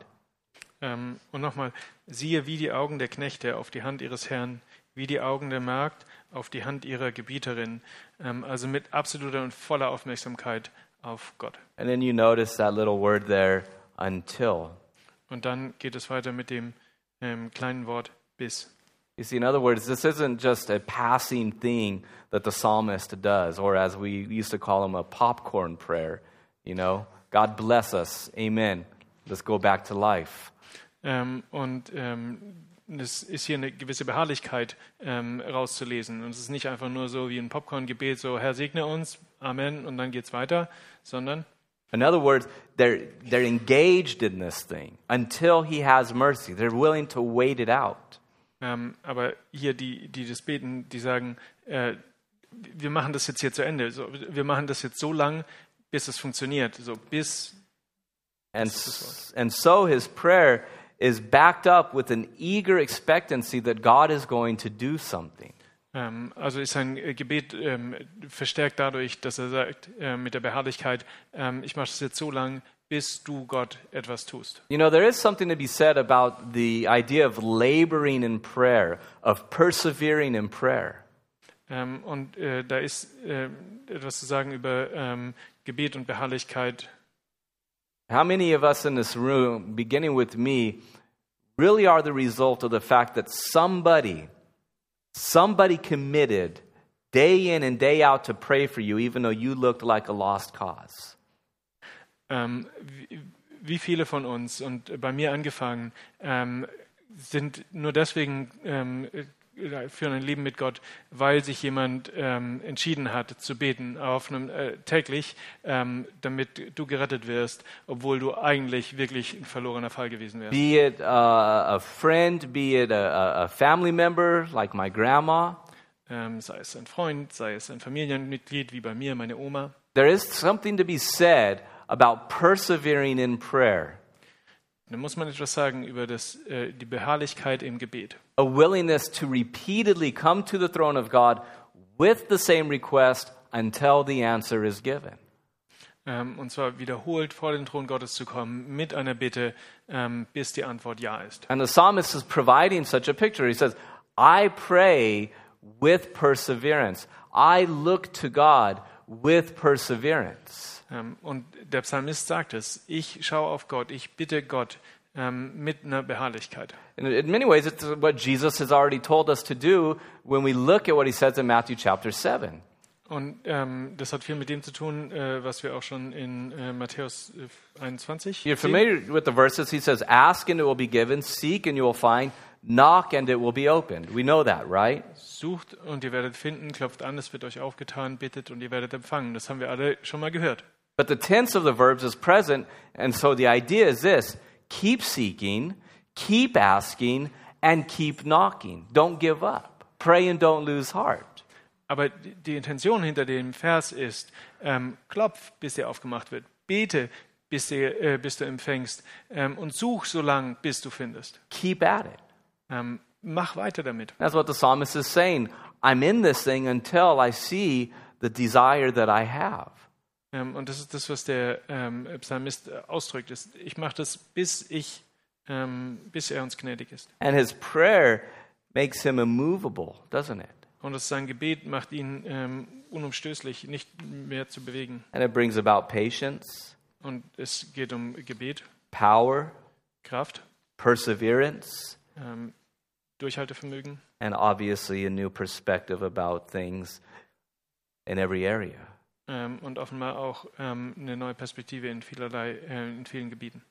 [SPEAKER 2] Ähm, und nochmal, siehe wie die Augen der Knechte auf die Hand ihres Herrn, wie die Augen der Magd auf die Hand ihrer Gebieterin, ähm, also mit absoluter und voller Aufmerksamkeit auf Gott.
[SPEAKER 1] And then you notice that little word there, until.
[SPEAKER 2] Und dann geht es weiter mit dem ähm, kleinen Wort bis.
[SPEAKER 1] You see, in other words, this isn't just a passing thing that the psalmist does, or as we used to call them, a popcorn prayer. You know, God bless us. Amen. Let's go back to life.
[SPEAKER 2] Ähm, und ähm, es ist hier eine gewisse Beharrlichkeit ähm, rauszulesen. Und es ist nicht einfach nur so wie ein Popcorn-Gebet, so Herr segne uns, Amen, und dann geht's weiter, sondern
[SPEAKER 1] In other words, they're, they're engaged in this thing until he has mercy. They're willing to wait it out.
[SPEAKER 2] Ähm, aber hier, die, die das beten, die sagen, äh, wir machen das jetzt hier zu Ende. So, wir machen das jetzt so lang, bis es funktioniert. So bis,
[SPEAKER 1] And, s- and so his prayer is backed up with an eager expectancy that God is going to do something.
[SPEAKER 2] ähm, also ist sein äh, Gebet ähm, verstärkt dadurch, dass er sagt, äh, mit der Beharrlichkeit, ähm, ich mache das jetzt so lang, bis du Gott etwas tust.
[SPEAKER 1] You know, there is something to be said about the idea of laboring in prayer, of persevering in prayer.
[SPEAKER 2] Ähm, und äh, da ist äh, etwas zu sagen über ähm, Gebet und Beharrlichkeit.
[SPEAKER 1] How many of us in this room, beginning with me, really are the result of the fact that somebody, somebody committed day in and day out to pray for you, even though you looked like a lost cause?
[SPEAKER 2] Ähm, wie, wie viele von uns und bei mir angefangen ähm, sind nur deswegen ähm, für ein Leben mit Gott, weil sich jemand ähm, entschieden hat zu beten auf einem, äh, täglich, ähm, damit du gerettet wirst, obwohl du eigentlich wirklich ein verlorener Fall gewesen wärst.
[SPEAKER 1] Be it uh, a friend, be it a- a, a family member like my grandma.
[SPEAKER 2] Ähm, sei es ein Freund, sei es ein Familienmitglied wie bei mir, meine Oma.
[SPEAKER 1] There is something to be said about persevering in prayer,
[SPEAKER 2] Dann muss man etwas sagen über das, äh, die Beharrlichkeit im Gebet.
[SPEAKER 1] a willingness to repeatedly come to the throne of God with the same request until the answer is given.
[SPEAKER 2] Ähm, und zwar wiederholt vor den Thron Gottes zu kommen mit einer Bitte, ähm, bis die Antwort Ja ist.
[SPEAKER 1] And the psalmist is providing such a picture. He says, I pray with perseverance. I look to God with perseverance.
[SPEAKER 2] Ähm, und der Psalmist sagt es, ich schaue auf Gott, ich bitte Gott ähm, mit einer Beharrlichkeit.
[SPEAKER 1] And in many ways, it's what Jesus has already told us to do when we look at what he says in Matthew chapter 7.
[SPEAKER 2] Und ähm, das hat viel mit dem zu tun, äh, was wir auch schon in äh, Matthäus äh, 21
[SPEAKER 1] You're
[SPEAKER 2] sehen.
[SPEAKER 1] familiar with the verses. He says, Ask and it will be given, seek and you will find, knock and it will be opened. We know that, right?
[SPEAKER 2] Sucht und ihr werdet finden, klopft an, es wird euch aufgetan, bittet und ihr werdet empfangen. Das haben wir alle schon mal gehört.
[SPEAKER 1] But the tense of the verbs is present. And so the idea is this keep seeking, keep asking, and keep knocking. Don't give up. Pray and don't lose heart.
[SPEAKER 2] Aber die die Intention hinter dem Vers ist, ähm, klopf, bis dir aufgemacht wird, bete, bis, dir, äh, bis du empfängst ähm, und such so lang, bis du findest.
[SPEAKER 1] Keep at it.
[SPEAKER 2] Ähm, mach weiter damit.
[SPEAKER 1] That's what the psalmist is saying. I'm in this thing until I see the desire that I have.
[SPEAKER 2] Ähm, und das ist das, was der ähm, Psalmist äh, ausdrückt. Ist, ich mache das, bis ich, ähm, bis er uns gnädig ist.
[SPEAKER 1] And his prayer makes him immovable, doesn't it?
[SPEAKER 2] Und das sein Gebet macht ihn ähm, unumstößlich, nicht mehr zu bewegen.
[SPEAKER 1] And it brings about patience,
[SPEAKER 2] Und es geht um Gebet,
[SPEAKER 1] power,
[SPEAKER 2] Kraft,
[SPEAKER 1] perseverance,
[SPEAKER 2] ähm, Durchhaltevermögen
[SPEAKER 1] and obviously a new perspective about things in every area.
[SPEAKER 2] ähm, und offenbar auch ähm, eine neue Perspektive in vielerlei, äh, in vielen Gebieten.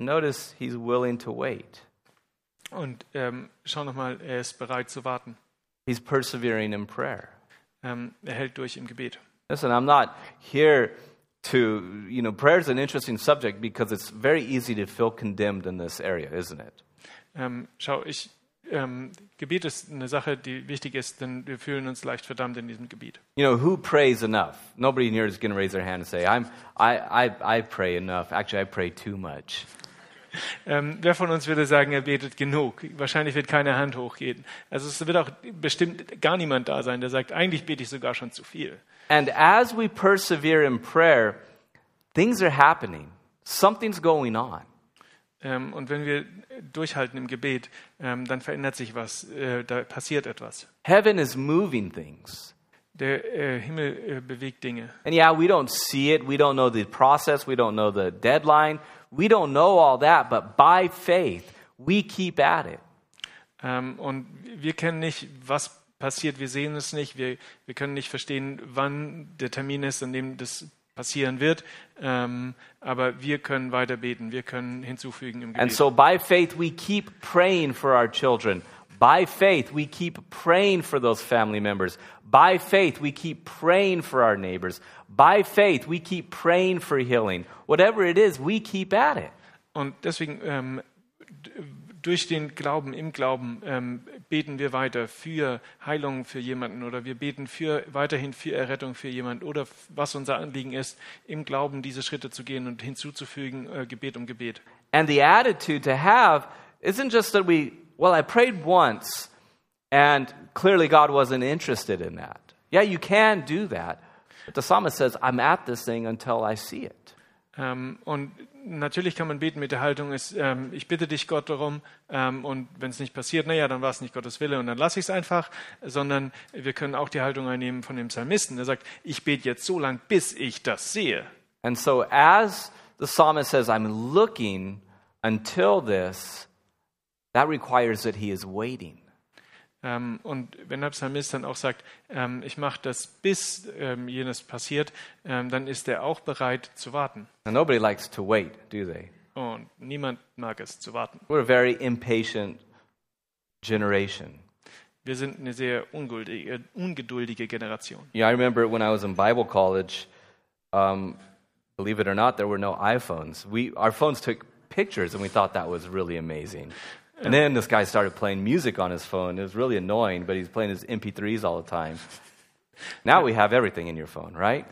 [SPEAKER 1] Notice he's willing to wait.
[SPEAKER 2] Und ähm, schau nochmal, er ist bereit zu warten.
[SPEAKER 1] He's persevering in prayer.
[SPEAKER 2] Ähm, er hält durch im Gebet.
[SPEAKER 1] Listen, I'm not here to, you know, prayer is an interesting subject because it's very easy to feel condemned in this area, isn't it?
[SPEAKER 2] Ähm, schau, ich, ähm, Gebet ist eine Sache, die wichtig ist, denn wir fühlen uns leicht verdammt in diesem Gebiet.
[SPEAKER 1] You know, who prays enough? Nobody in here is going to raise their hand and say, I'm, I, I, I pray enough. Actually, I pray too much.
[SPEAKER 2] Ähm, wer von uns würde sagen, er betet genug? Wahrscheinlich wird keine Hand hochgehen. Also es wird auch bestimmt gar niemand da sein, der sagt, eigentlich bete ich sogar schon zu viel.
[SPEAKER 1] And as we persevere in prayer, things are happening. Something's going on.
[SPEAKER 2] Ähm, und wenn wir durchhalten im Gebet, ähm, dann verändert sich was, äh, da passiert etwas.
[SPEAKER 1] Heaven is moving things.
[SPEAKER 2] Der äh, Himmel äh, bewegt Dinge.
[SPEAKER 1] And yeah, we don't see it. We don't know the process. We don't know the deadline. We don't know all that. But by faith, we keep at it.
[SPEAKER 2] Ähm, und wir kennen nicht, was passiert, wir sehen es nicht, wir, wir können nicht verstehen, wann der Termin ist, an dem das passieren wird, ähm, aber wir können weiter beten, wir können hinzufügen im
[SPEAKER 1] And
[SPEAKER 2] Gebet.
[SPEAKER 1] so by faith, we keep praying for our children. By faith, we keep praying for those family members. By faith, we keep praying for our neighbors. By faith, we keep praying for healing. Whatever it is, we keep at it.
[SPEAKER 2] Und deswegen ähm, d- durch den Glauben, im Glauben ähm, beten wir weiter für Heilung für jemanden oder wir beten für weiterhin für Errettung für jemanden oder f- was unser Anliegen ist, im Glauben diese Schritte zu gehen und hinzuzufügen äh, Gebet um Gebet.
[SPEAKER 1] And the attitude to have isn't just that we, well, I prayed once and clearly God wasn't interested in that. Yeah, you can do that. But the psalmist says, I'm at this thing until I see it.
[SPEAKER 2] Ähm, und natürlich kann man beten mit der Haltung, ist, ähm, ich bitte dich Gott darum ähm, und wenn es nicht passiert, naja, dann war es nicht Gottes Wille und dann lasse ich es einfach, sondern wir können auch die Haltung einnehmen von dem Psalmisten, der sagt, ich bete jetzt so lang, bis ich das sehe.
[SPEAKER 1] And so, as the psalmist says, I'm looking until this, that requires that he is waiting.
[SPEAKER 2] Ähm, und wenn der Psalmist dann auch sagt, ähm, ich mache das, bis ähm, jenes passiert, ähm, dann ist er auch bereit zu warten.
[SPEAKER 1] Now, nobody likes to wait, do they?
[SPEAKER 2] Und niemand mag es zu warten.
[SPEAKER 1] We're a very impatient generation.
[SPEAKER 2] Wir sind eine sehr ungeduldige, ungeduldige Generation.
[SPEAKER 1] You know, I remember when I was in Bible college, um, believe it or not, there were no iPhones. We, our phones took pictures, and we thought that was really amazing. And then this guy started playing music on his phone. It was really annoying, but he's playing his MP3s all the time. Now we have everything in your phone, right?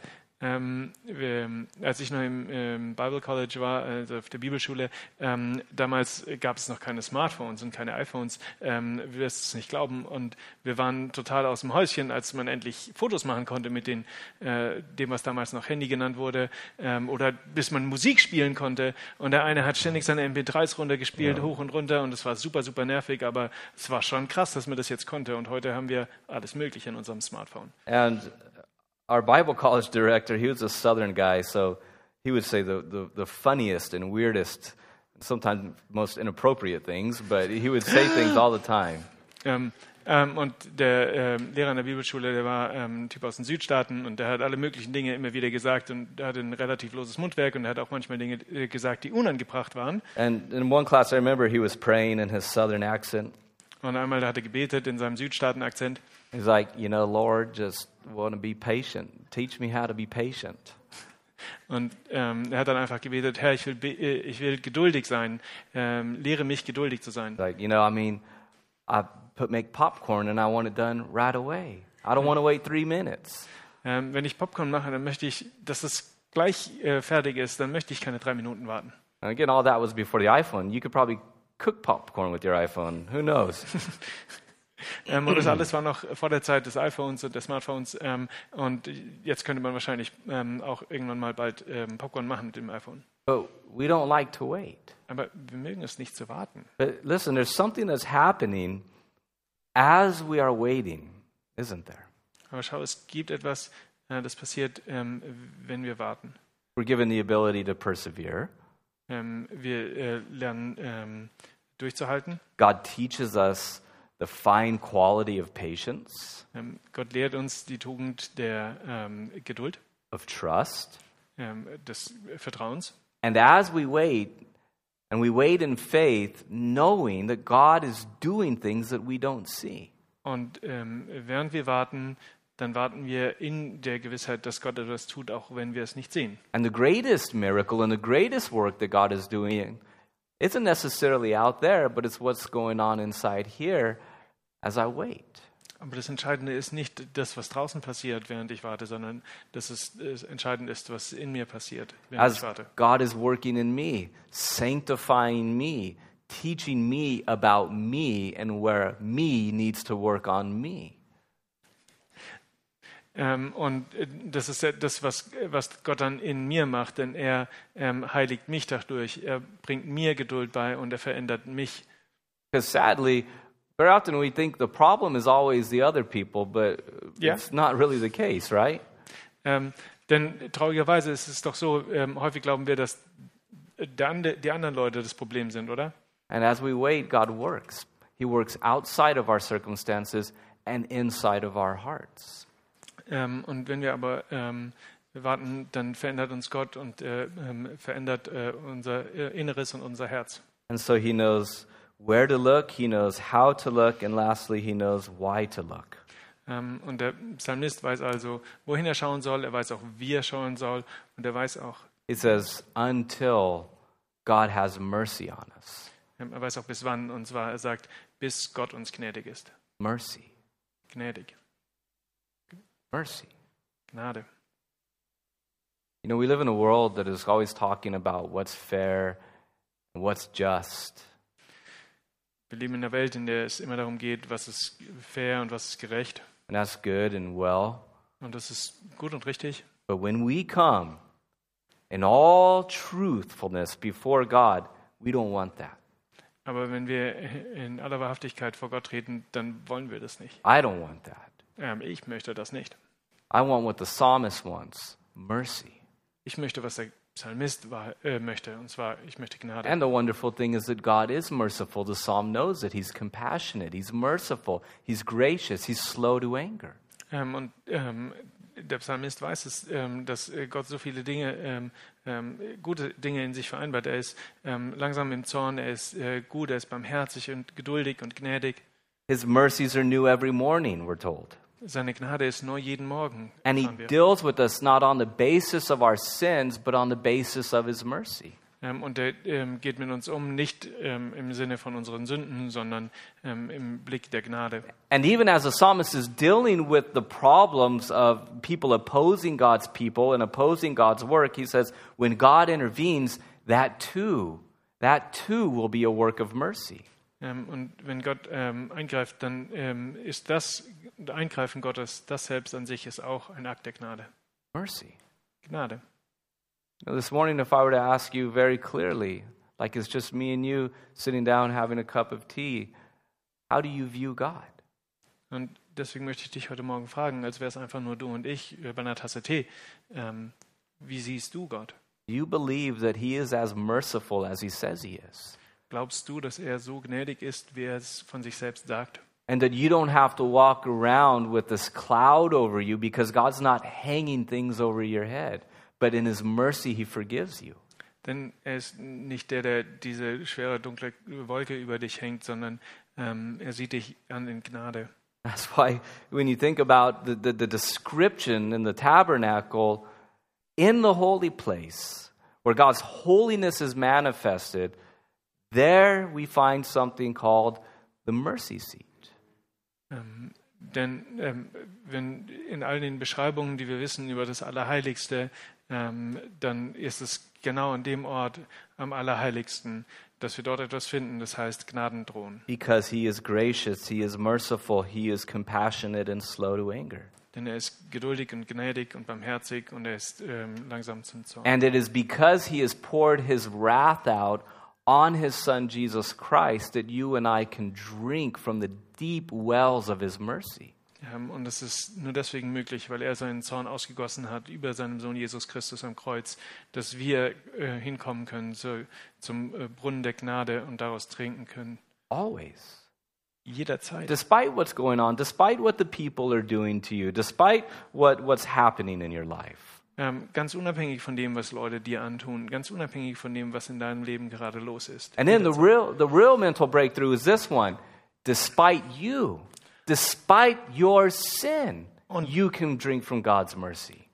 [SPEAKER 2] Ähm, wir, als ich noch im ähm, Bible College war, also auf der Bibelschule, ähm, damals gab es noch keine Smartphones und keine iPhones. Ähm, du wirst es nicht glauben. Und wir waren total aus dem Häuschen, als man endlich Fotos machen konnte mit den, äh, dem, was damals noch Handy genannt wurde, ähm, oder bis man Musik spielen konnte. Und der eine hat ständig seine MP3s runtergespielt, hoch und runter. Und es war super, super nervig. Aber es war schon krass, dass man das jetzt konnte. Und heute haben wir alles Mögliche in unserem Smartphone.
[SPEAKER 1] And our Bible college director, he was a southern guy, so he would say the, the, the funniest and weirdest, sometimes most inappropriate things, but he would say things all the time.
[SPEAKER 2] Ähm, ähm, und der ähm, Lehrer in der Bibelschule, der war ähm, ein Typ aus den Südstaaten und der hat alle möglichen Dinge immer wieder gesagt und der hatte ein relativ loses Mundwerk und er hat auch manchmal Dinge äh, gesagt, die unangebracht waren.
[SPEAKER 1] And in one class, I remember he was praying in his southern accent.
[SPEAKER 2] Und einmal da hat er gebetet in seinem Südstaaten-Akzent.
[SPEAKER 1] He's like, You know, Lord, just want to be patient. Teach me how to be patient.
[SPEAKER 2] Und ähm, er hat dann einfach gebetet, Herr, ich will, be äh, ich will geduldig sein, ähm, lehre mich geduldig zu sein.
[SPEAKER 1] Like, you know, I mean, I put, make popcorn and I want it done right away. I don't want to wait three minutes.
[SPEAKER 2] Ähm, wenn ich Popcorn mache, dann möchte ich, dass es gleich äh, fertig ist, dann möchte ich keine drei Minuten warten.
[SPEAKER 1] And again, all that was before the iPhone. You could probably cook popcorn with your iPhone. Who knows?
[SPEAKER 2] Ähm, und das alles war noch vor der Zeit des iPhones und der Smartphones. Ähm, und jetzt könnte man wahrscheinlich ähm, auch irgendwann mal bald ähm, Popcorn machen mit dem iPhone.
[SPEAKER 1] but we don't like to wait.
[SPEAKER 2] Aber wir mögen es nicht zu warten.
[SPEAKER 1] But listen, there's something that's happening as we are waiting, isn't there?
[SPEAKER 2] Aber schau, es gibt etwas, äh, das passiert, ähm, wenn wir warten.
[SPEAKER 1] We're given the ability to persevere.
[SPEAKER 2] Ähm, wir äh, lernen ähm, durchzuhalten.
[SPEAKER 1] God teaches us the fine quality of patience,
[SPEAKER 2] Ähm, Gott lehrt uns die Tugend der ähm, Geduld,
[SPEAKER 1] of trust.
[SPEAKER 2] ähm, des Vertrauens.
[SPEAKER 1] And as we wait, and we wait in faith, knowing that God is doing things that we don't see.
[SPEAKER 2] Und ähm, während wir warten, dann warten wir in der Gewissheit, dass Gott etwas tut, auch wenn wir es nicht sehen.
[SPEAKER 1] And the greatest miracle and the greatest work that God is doing isn't necessarily out there, but it's what's going on inside here as I wait.
[SPEAKER 2] Aber das Entscheidende ist nicht das, was draußen passiert, während ich warte, sondern dass es äh, entscheidend ist, was in mir passiert, während
[SPEAKER 1] As
[SPEAKER 2] ich warte.
[SPEAKER 1] God is working in me, sanctifying me, teaching me about me and where me needs to work on me.
[SPEAKER 2] Ähm, und äh, das ist äh, das, was, äh, was Gott dann in mir macht, denn er ähm, heiligt mich dadurch, er bringt mir Geduld bei und er verändert mich.
[SPEAKER 1] Because sadly, very often we think the problem is always the other people, but
[SPEAKER 2] Yeah.
[SPEAKER 1] it's not really the case, right?
[SPEAKER 2] Ähm, denn traurigerweise ist es doch so, ähm, häufig glauben wir, dass der ande- die anderen Leute das Problem sind, oder?
[SPEAKER 1] And as we wait, God works. He works outside of our circumstances and inside of our hearts.
[SPEAKER 2] Ähm, und wenn wir aber ähm, warten, dann verändert uns Gott und äh, ähm, verändert äh, unser äh, Inneres und unser Herz.
[SPEAKER 1] And so He knows where to look, He knows how to look, and lastly, He knows why to look.
[SPEAKER 2] Ähm, und der Psalmist weiß also, wohin er schauen soll, er weiß auch, wie er schauen soll und er weiß auch,
[SPEAKER 1] It says, until God has mercy on us.
[SPEAKER 2] ähm, er weiß auch bis wann. Und zwar, er sagt, bis Gott uns gnädig ist.
[SPEAKER 1] Mercy,
[SPEAKER 2] Gnädig,
[SPEAKER 1] mercy.
[SPEAKER 2] Gnade.
[SPEAKER 1] You know, we live in a world that is always talking about what's fair and what's just.
[SPEAKER 2] Wir leben in einer Welt, in der es immer darum geht, was ist fair und was ist gerecht.
[SPEAKER 1] And that's good and well.
[SPEAKER 2] Und das ist gut und richtig.
[SPEAKER 1] But when we come in all truthfulness before God, we don't want that.
[SPEAKER 2] Aber wenn wir in aller Wahrhaftigkeit vor Gott treten, dann wollen wir das nicht.
[SPEAKER 1] I don't want that.
[SPEAKER 2] Ähm, ich möchte das nicht.
[SPEAKER 1] I want what the psalmist wants mercy.
[SPEAKER 2] Ich möchte, was der Psalmist war, äh, möchte. Und zwar, ich möchte Gnade.
[SPEAKER 1] And the wonderful thing is that God is merciful. The psalm knows it. He's compassionate, he's merciful, he's gracious, he's slow to anger.
[SPEAKER 2] Ähm, und ähm, der Psalmist weiß es, ähm, dass äh, Gott so viele Dinge, ähm, ähm, gute Dinge in sich vereinbart. Er ist ähm, langsam im Zorn, er ist äh, gut, er ist barmherzig und geduldig und gnädig.
[SPEAKER 1] His mercies are new every morning, we're told.
[SPEAKER 2] Seine Gnade ist neu jeden Morgen.
[SPEAKER 1] And he
[SPEAKER 2] erfahren wir.
[SPEAKER 1] deals with us not on the basis of our sins, but on the basis of his mercy.
[SPEAKER 2] Ähm, und er ähm, geht mit uns um, nicht ähm, im Sinne von unseren Sünden, sondern ähm, im Blick der Gnade.
[SPEAKER 1] And even as the psalmist is dealing with the problems of people opposing God's people and opposing God's work, he says, when God intervenes, that too, that too will be a work of mercy.
[SPEAKER 2] Ähm, und wenn Gott ähm, eingreift, dann ähm, ist das Eingreifen Gottes, das selbst an sich ist auch ein Akt der Gnade.
[SPEAKER 1] Mercy.
[SPEAKER 2] Gnade.
[SPEAKER 1] Now, this morning, if I were to ask you very clearly, like it's just me and you sitting down having a cup of tea, how do you view God?
[SPEAKER 2] Und deswegen möchte ich dich heute Morgen fragen, als wäre es einfach nur du und ich äh, bei einer Tasse Tee. Ähm, wie siehst du Gott?
[SPEAKER 1] Do you believe that He is as merciful as He says He is?
[SPEAKER 2] Glaubst du, dass er so gnädig ist, wie er es von sich selbst sagt?
[SPEAKER 1] And that you don't have to walk around with this cloud over you because God's not hanging things over your head, but in His mercy, He forgives you.
[SPEAKER 2] Denn er ist nicht der, der diese schwere, dunkle Wolke über dich hängt, sondern ähm, er sieht dich an in Gnade.
[SPEAKER 1] That's why when you think about the, the, the description in the tabernacle, in the holy place, where God's holiness is manifested, there we find something called the mercy seat.
[SPEAKER 2] Ähm, denn ähm, wenn in all den Beschreibungen, die wir wissen über das Allerheiligste, ähm, dann ist es genau an dem Ort am Allerheiligsten, dass wir dort etwas finden, das heißt Gnadendrohen.
[SPEAKER 1] Because He is gracious, He is merciful, He is compassionate and slow to anger.
[SPEAKER 2] Denn er ist geduldig und gnädig und barmherzig und er ist ähm, langsam zum Zorn.
[SPEAKER 1] And it is because He has poured His wrath out on His Son Jesus Christ that you and I can drink from the deep wells of His mercy.
[SPEAKER 2] Ähm, und das ist nur deswegen möglich, weil er seinen Zorn ausgegossen hat über seinem Sohn Jesus Christus am Kreuz, dass wir äh, hinkommen können zu, zum äh, Brunnen der Gnade und daraus trinken können.
[SPEAKER 1] Always.
[SPEAKER 2] Jederzeit.
[SPEAKER 1] despite what's going on, despite what the people are doing to you, despite what, what's happening in your life.
[SPEAKER 2] Ähm, ganz unabhängig von dem, was Leute dir antun, ganz unabhängig von dem, was in deinem Leben gerade los ist.
[SPEAKER 1] And then the real, the real mental breakthrough is this one despite you, despite your sin,
[SPEAKER 2] On-
[SPEAKER 1] you can drink from God's mercy.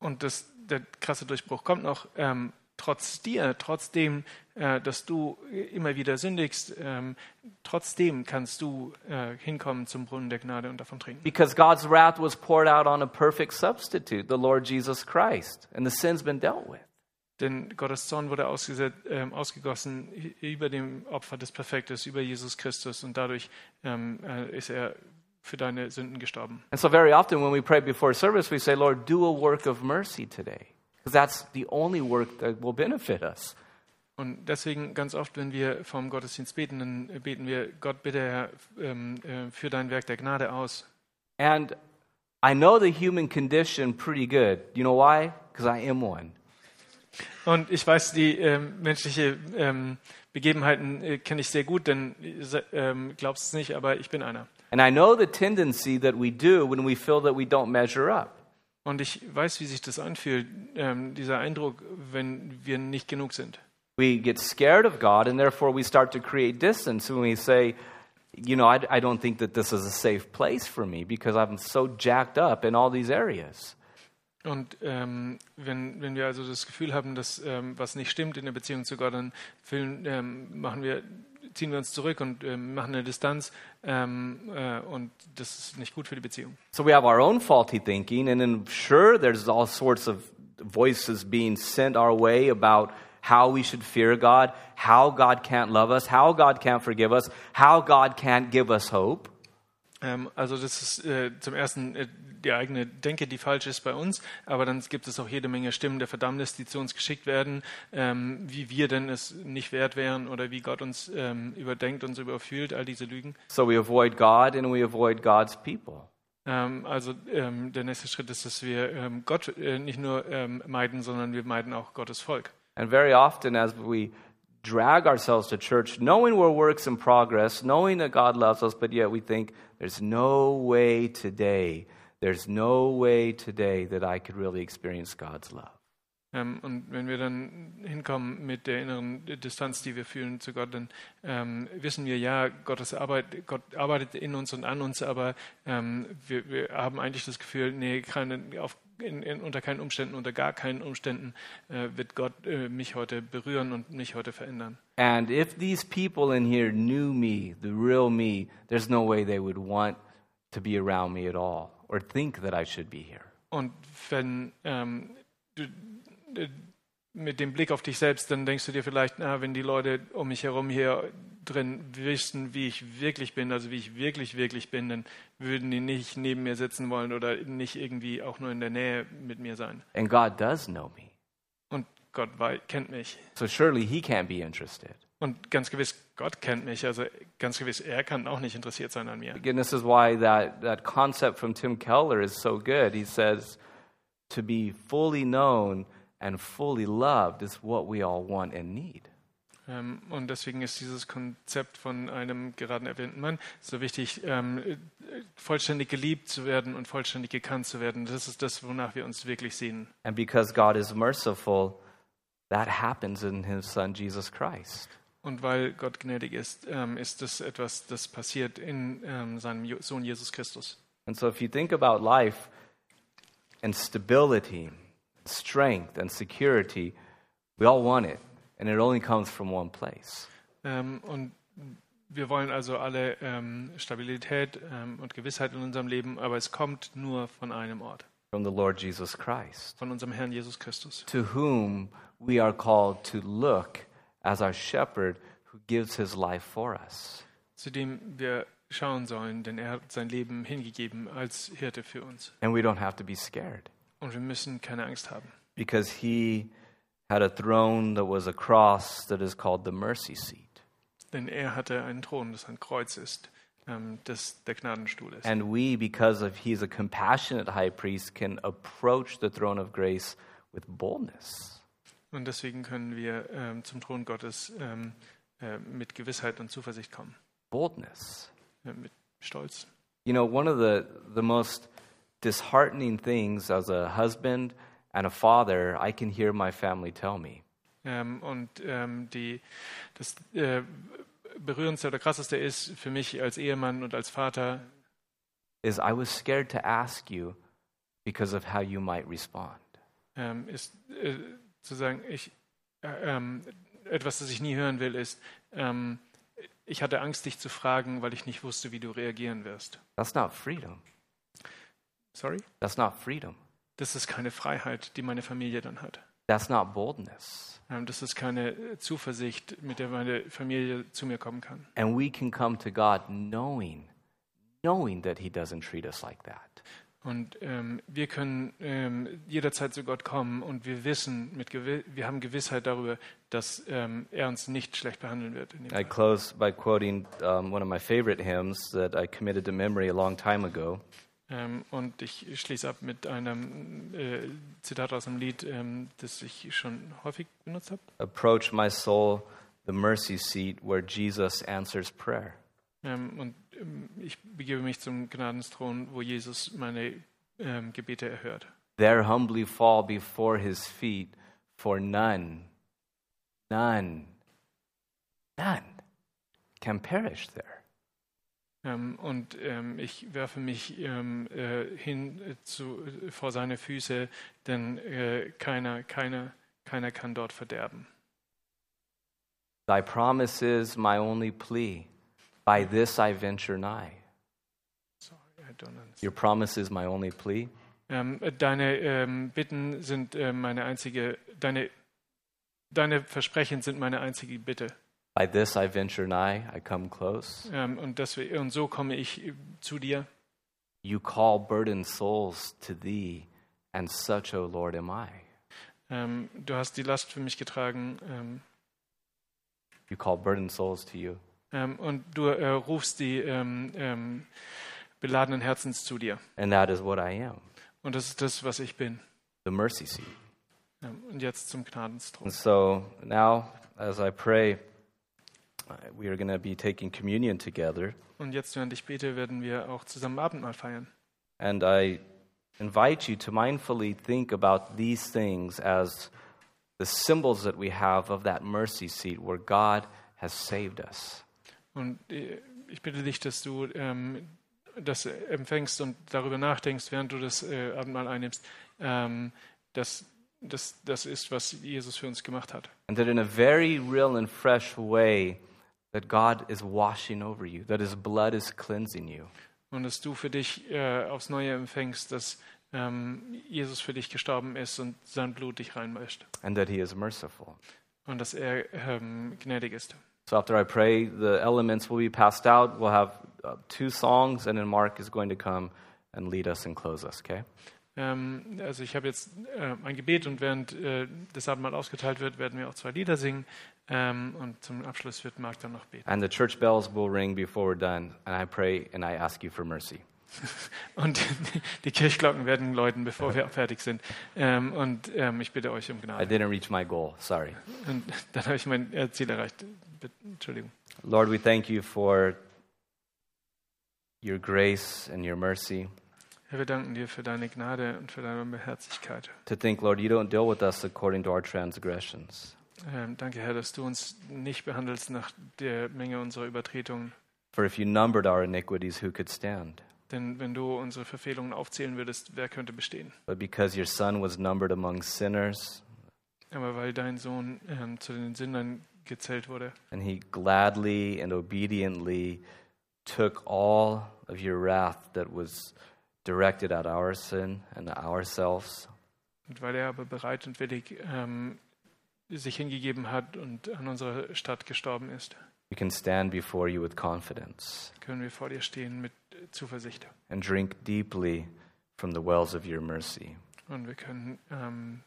[SPEAKER 2] Und das, der krasse Durchbruch kommt noch. Ähm, trotz dir, trotzdem, äh, dass du immer wieder sündigst, ähm, trotzdem kannst du äh, hinkommen zum Brunnen der Gnade und davon trinken.
[SPEAKER 1] Because God's wrath was poured out on a perfect substitute, the Lord Jesus Christ, and the sin's been dealt with.
[SPEAKER 2] Denn Gottes Zorn wurde ausgeset- ähm, ausgegossen i- über dem Opfer des Perfektes, über Jesus Christus. Und dadurch ähm, äh, ist er für deine Sünden gestorben.
[SPEAKER 1] And so, very often when we pray before service, we say, Lord, do a work of mercy today. Because that's the only work that will benefit us.
[SPEAKER 2] Und deswegen ganz oft, wenn wir vom Gottesdienst beten, dann beten wir, Gott, bitte Herr, ähm, äh, für dein Werk der Gnade aus.
[SPEAKER 1] And I know the human condition pretty good. You know why? Because I am one.
[SPEAKER 2] Und ich weiß, die ähm, menschliche ähm, Begebenheiten äh, kenne ich sehr gut, denn äh, se- ähm, glaubst es nicht, aber ich bin einer.
[SPEAKER 1] And I know the tendency that we do when we feel that we don't measure up.
[SPEAKER 2] Und ich weiß, wie sich das anfühlt, ähm, dieser Eindruck, wenn wir nicht genug sind.
[SPEAKER 1] We get scared of God, and therefore we start to create distance when we say, you know, I, I don't think that this is a safe place for me because I'm so jacked up in all these areas.
[SPEAKER 2] Und ähm, wenn, wenn wir also das Gefühl haben, dass ähm, was nicht stimmt in der Beziehung zu Gott, dann fühlen, ähm, machen wir, ziehen wir uns zurück und ähm, machen eine Distanz ähm, äh, und das ist nicht gut für die Beziehung.
[SPEAKER 1] So we have our own faulty thinking, and then sure, there's all sorts of voices being sent our way about how we should fear God, how God can't love us, how God can't forgive us, how God can't give us hope.
[SPEAKER 2] Ähm, also das ist äh, zum ersten äh, die eigene Denke, die falsch ist bei uns, aber dann gibt es auch jede Menge Stimmen der Verdammnis, die zu uns geschickt werden, ähm, wie wir denn es nicht wert wären oder wie Gott uns ähm, überdenkt, uns überfühlt, all diese Lügen.
[SPEAKER 1] So we avoid God and we avoid God's people.
[SPEAKER 2] Ähm, also ähm, der nächste Schritt ist, dass wir ähm, Gott äh, nicht nur ähm, meiden, sondern wir meiden auch Gottes Volk.
[SPEAKER 1] And very often, as we drag ourselves to church, knowing we're works in progress, knowing that God loves us, but yet we think, there's no way today, there's no way today that I could really experience God's love.
[SPEAKER 2] Ähm, und wenn wir dann hinkommen mit der inneren Distanz, die wir fühlen zu Gott, dann ähm, wissen wir ja, Gottes Arbeit, Gott arbeitet in uns und an uns, aber ähm, wir, wir haben eigentlich das Gefühl, nee, keine, auf, in, in, unter keinen Umständen, unter gar keinen Umständen äh, wird Gott äh, mich heute berühren und mich heute verändern.
[SPEAKER 1] And if these people in here knew me, the real me, there's no way they would want to be around me at all or think that I should be here.
[SPEAKER 2] Und wenn ähm, du, äh, mit dem Blick auf dich selbst, dann denkst du dir vielleicht, na, wenn die Leute um mich herum hier drin wüssten, wie ich wirklich bin, also wie ich wirklich, wirklich bin, dann würden die nicht neben mir sitzen wollen oder nicht irgendwie auch nur in der Nähe mit mir sein.
[SPEAKER 1] And God does know me.
[SPEAKER 2] Und Gott wei- kennt mich.
[SPEAKER 1] So surely He can't be interested.
[SPEAKER 2] Und ganz gewiss, Gott kennt mich. Also ganz gewiss, er kann auch nicht interessiert sein an mir.
[SPEAKER 1] Again, this is why that, that concept from Tim Keller is so good. He says, to be fully known and fully loved is what we all want and need.
[SPEAKER 2] Ähm, und deswegen ist dieses Konzept von einem gerade erwähnten Mann so wichtig, ähm, äh, vollständig geliebt zu werden und vollständig gekannt zu werden. Das ist das, wonach wir uns wirklich sehen.
[SPEAKER 1] And because God is merciful, that happens in His Son, Jesus Christ.
[SPEAKER 2] Und weil Gott gnädig ist, ähm, ist das etwas, das passiert in ähm, seinem Jo- Sohn Jesus Christus.
[SPEAKER 1] And so, if you think about life and stability, strength, and security, we all want it. And it only comes from one place.
[SPEAKER 2] Ähm, und wir wollen also alle ähm, Stabilität ähm, und Gewissheit in unserem Leben, aber es kommt nur von einem Ort,
[SPEAKER 1] from the Lord Jesus Christ,
[SPEAKER 2] von unserem Herrn Jesus Christus,
[SPEAKER 1] to whom we are called to look as our shepherd who gives his life for us.
[SPEAKER 2] zu dem wir schauen sollen, denn er hat sein Leben hingegeben als Hirte für uns.
[SPEAKER 1] And we don't have to be scared
[SPEAKER 2] Und wir müssen keine Angst haben,
[SPEAKER 1] because he had a throne that was a cross that is called the mercy seat.
[SPEAKER 2] denn er hatte einen Thron, das ein Kreuz ist, ähm, das der Gnadenstuhl ist.
[SPEAKER 1] And we, because of he's a compassionate high priest, can approach the throne of grace with boldness.
[SPEAKER 2] Und deswegen können wir ähm, zum Thron Gottes ähm, äh, mit Gewissheit und Zuversicht kommen,
[SPEAKER 1] Boldness.
[SPEAKER 2] äh, mit Stolz.
[SPEAKER 1] You know, one of the, the most disheartening things as a husband and a father, I can hear my family tell me.
[SPEAKER 2] Ähm, und ähm, die, das äh, berührendste oder krasseste ist für mich als Ehemann und als Vater,
[SPEAKER 1] is I was scared to ask you because of how you might respond.
[SPEAKER 2] ähm, ist äh, zu sagen, ich, äh, ähm, etwas, das ich nie hören will, ist, ähm, ich hatte Angst, dich zu fragen, weil ich nicht wusste, wie du reagieren wirst.
[SPEAKER 1] That's not freedom.
[SPEAKER 2] Sorry?
[SPEAKER 1] That's not freedom.
[SPEAKER 2] Das ist keine Freiheit, die meine Familie dann hat.
[SPEAKER 1] That's not boldness.
[SPEAKER 2] Ähm, Das ist keine äh, Zuversicht, mit der meine Familie zu mir kommen kann.
[SPEAKER 1] And we can come to God knowing, knowing that He doesn't treat us like that.
[SPEAKER 2] Und ähm, wir können ähm, jederzeit zu Gott kommen und wir wissen, mit Gewi wir haben Gewissheit darüber, dass ähm, er uns nicht schlecht behandeln wird. In dem
[SPEAKER 1] I
[SPEAKER 2] Fall.
[SPEAKER 1] close by quoting um, one of my favorite hymns that I committed to memory a long time ago.
[SPEAKER 2] Ähm, und ich schließe ab mit einem äh, Zitat aus einem Lied, ähm, das ich schon häufig benutzt habe.
[SPEAKER 1] Approach my soul, the mercy seat where Jesus answers prayer.
[SPEAKER 2] Ähm, und ähm, ich begebe mich zum Gnadenthron, wo Jesus meine ähm, Gebete erhört.
[SPEAKER 1] there humbly fall before his feet, for none, none, none can perish there.
[SPEAKER 2] Ähm, und ähm, ich werfe mich ähm, äh, hin äh, zu, äh, vor seine Füße, denn äh, keiner, keiner, keiner kann dort verderben.
[SPEAKER 1] Thy promise is my only plea. By this I venture nigh.
[SPEAKER 2] Sorry, I don't understand.
[SPEAKER 1] Your promise is my only plea.
[SPEAKER 2] Ähm, äh, deine ähm, Bitten sind äh, meine einzige, deine, deine Versprechen sind meine einzige Bitte.
[SPEAKER 1] By this I venture nigh. I come close.
[SPEAKER 2] Ähm, und, deswegen, und so komme ich äh, zu dir.
[SPEAKER 1] You call burdened souls to thee, and such, O Lord, am I.
[SPEAKER 2] Ähm, du hast die Last für mich getragen ähm,
[SPEAKER 1] You call burdened souls to you.
[SPEAKER 2] ähm, und du äh, rufst die ähm, ähm, beladenen Herzens zu dir.
[SPEAKER 1] And that is what I am
[SPEAKER 2] Und das ist das, was ich bin.
[SPEAKER 1] the mercy seat.
[SPEAKER 2] Ähm, Und jetzt zum
[SPEAKER 1] And
[SPEAKER 2] Gnadenthron.
[SPEAKER 1] so now, as I pray, uh, we are going to be taking communion together.
[SPEAKER 2] Und jetzt, während ich bete, werden wir auch zusammen Abendmahl feiern.
[SPEAKER 1] And I invite you to mindfully think about these things as the symbols that we have of that mercy seat where God has saved us.
[SPEAKER 2] Und äh, ich bitte dich, dass du ähm, das empfängst und darüber nachdenkst, während du das äh, Abendmahl einnimmst, ähm, dass das, das ist, was Jesus für uns gemacht hat.
[SPEAKER 1] And that in a very real and fresh way, that God is washing over you, that His blood is cleansing you.
[SPEAKER 2] Und dass du für dich äh, aufs Neue empfängst, dass ähm, Jesus für dich gestorben ist und sein Blut dich reinwäscht.
[SPEAKER 1] and that he is merciful.
[SPEAKER 2] Und dass er ähm, gnädig ist.
[SPEAKER 1] So after I pray, the elements will be passed out. We'll have uh, two songs, and then Mark is going to come and lead us and close us, okay?
[SPEAKER 2] Ähm, also ich habe jetzt äh, ein Gebet und während äh, das Abendmahl ausgeteilt wird, werden wir auch zwei Lieder singen. Ähm, und zum Abschluss wird Marc dann noch beten.
[SPEAKER 1] And the church bells will ring before we're done, and I pray and I ask you for mercy.
[SPEAKER 2] Und die Kirchglocken werden läuten, bevor wir fertig sind. Ähm, und ähm, ich bitte euch um
[SPEAKER 1] I
[SPEAKER 2] Gnade.
[SPEAKER 1] didn't reach my goal, sorry.
[SPEAKER 2] Und dann habe ich mein äh, Ziel erreicht. Bitte, Entschuldigung.
[SPEAKER 1] Lord, we thank you for your grace and your mercy.
[SPEAKER 2] Herr, wir danken dir für deine Gnade und für deine Barmherzigkeit.
[SPEAKER 1] To think, Lord, you don't deal with us according to our transgressions.
[SPEAKER 2] Ähm, danke, Herr, dass du uns nicht behandelst nach der Menge unserer Übertretungen.
[SPEAKER 1] For if you numbered our iniquities, who could stand?
[SPEAKER 2] Denn wenn du unsere Verfehlungen aufzählen würdest, wer könnte bestehen?
[SPEAKER 1] But because your Son was numbered among sinners,
[SPEAKER 2] Aber weil dein Sohn ähm, zu den Sündern gezählt wurde
[SPEAKER 1] And he gladly and obediently took all of your wrath that was directed at our sin and ourselves.
[SPEAKER 2] und weil er aber bereit und willig ähm, sich hingegeben hat und an unserer Stadt gestorben ist,
[SPEAKER 1] We can stand before you with confidence
[SPEAKER 2] können wir vor dir stehen mit Zuversicht.
[SPEAKER 1] and drink deeply from the wells of your mercy.
[SPEAKER 2] Und wir können ähm,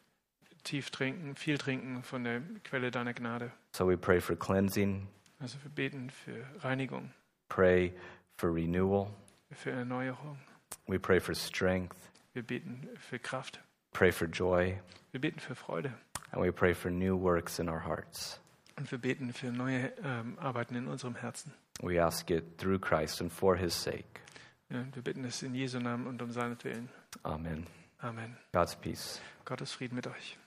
[SPEAKER 2] tief trinken, viel trinken von der Quelle deiner Gnade.
[SPEAKER 1] So we pray for cleansing,
[SPEAKER 2] Also wir beten für Reinigung,
[SPEAKER 1] pray for renewal,
[SPEAKER 2] für Erneuerung.
[SPEAKER 1] we pray for strength,
[SPEAKER 2] Wir beten für Kraft.
[SPEAKER 1] pray for joy,
[SPEAKER 2] Wir beten für Freude.
[SPEAKER 1] and we pray for new works in our hearts.
[SPEAKER 2] Und wir beten für neue ähm, Arbeiten in unserem Herzen.
[SPEAKER 1] We ask it through Christ and for his sake.
[SPEAKER 2] Ja, wir bitten es in Jesu Namen und um seinetwillen.
[SPEAKER 1] Amen.
[SPEAKER 2] Amen.
[SPEAKER 1] God's peace.
[SPEAKER 2] Gottes Frieden mit euch.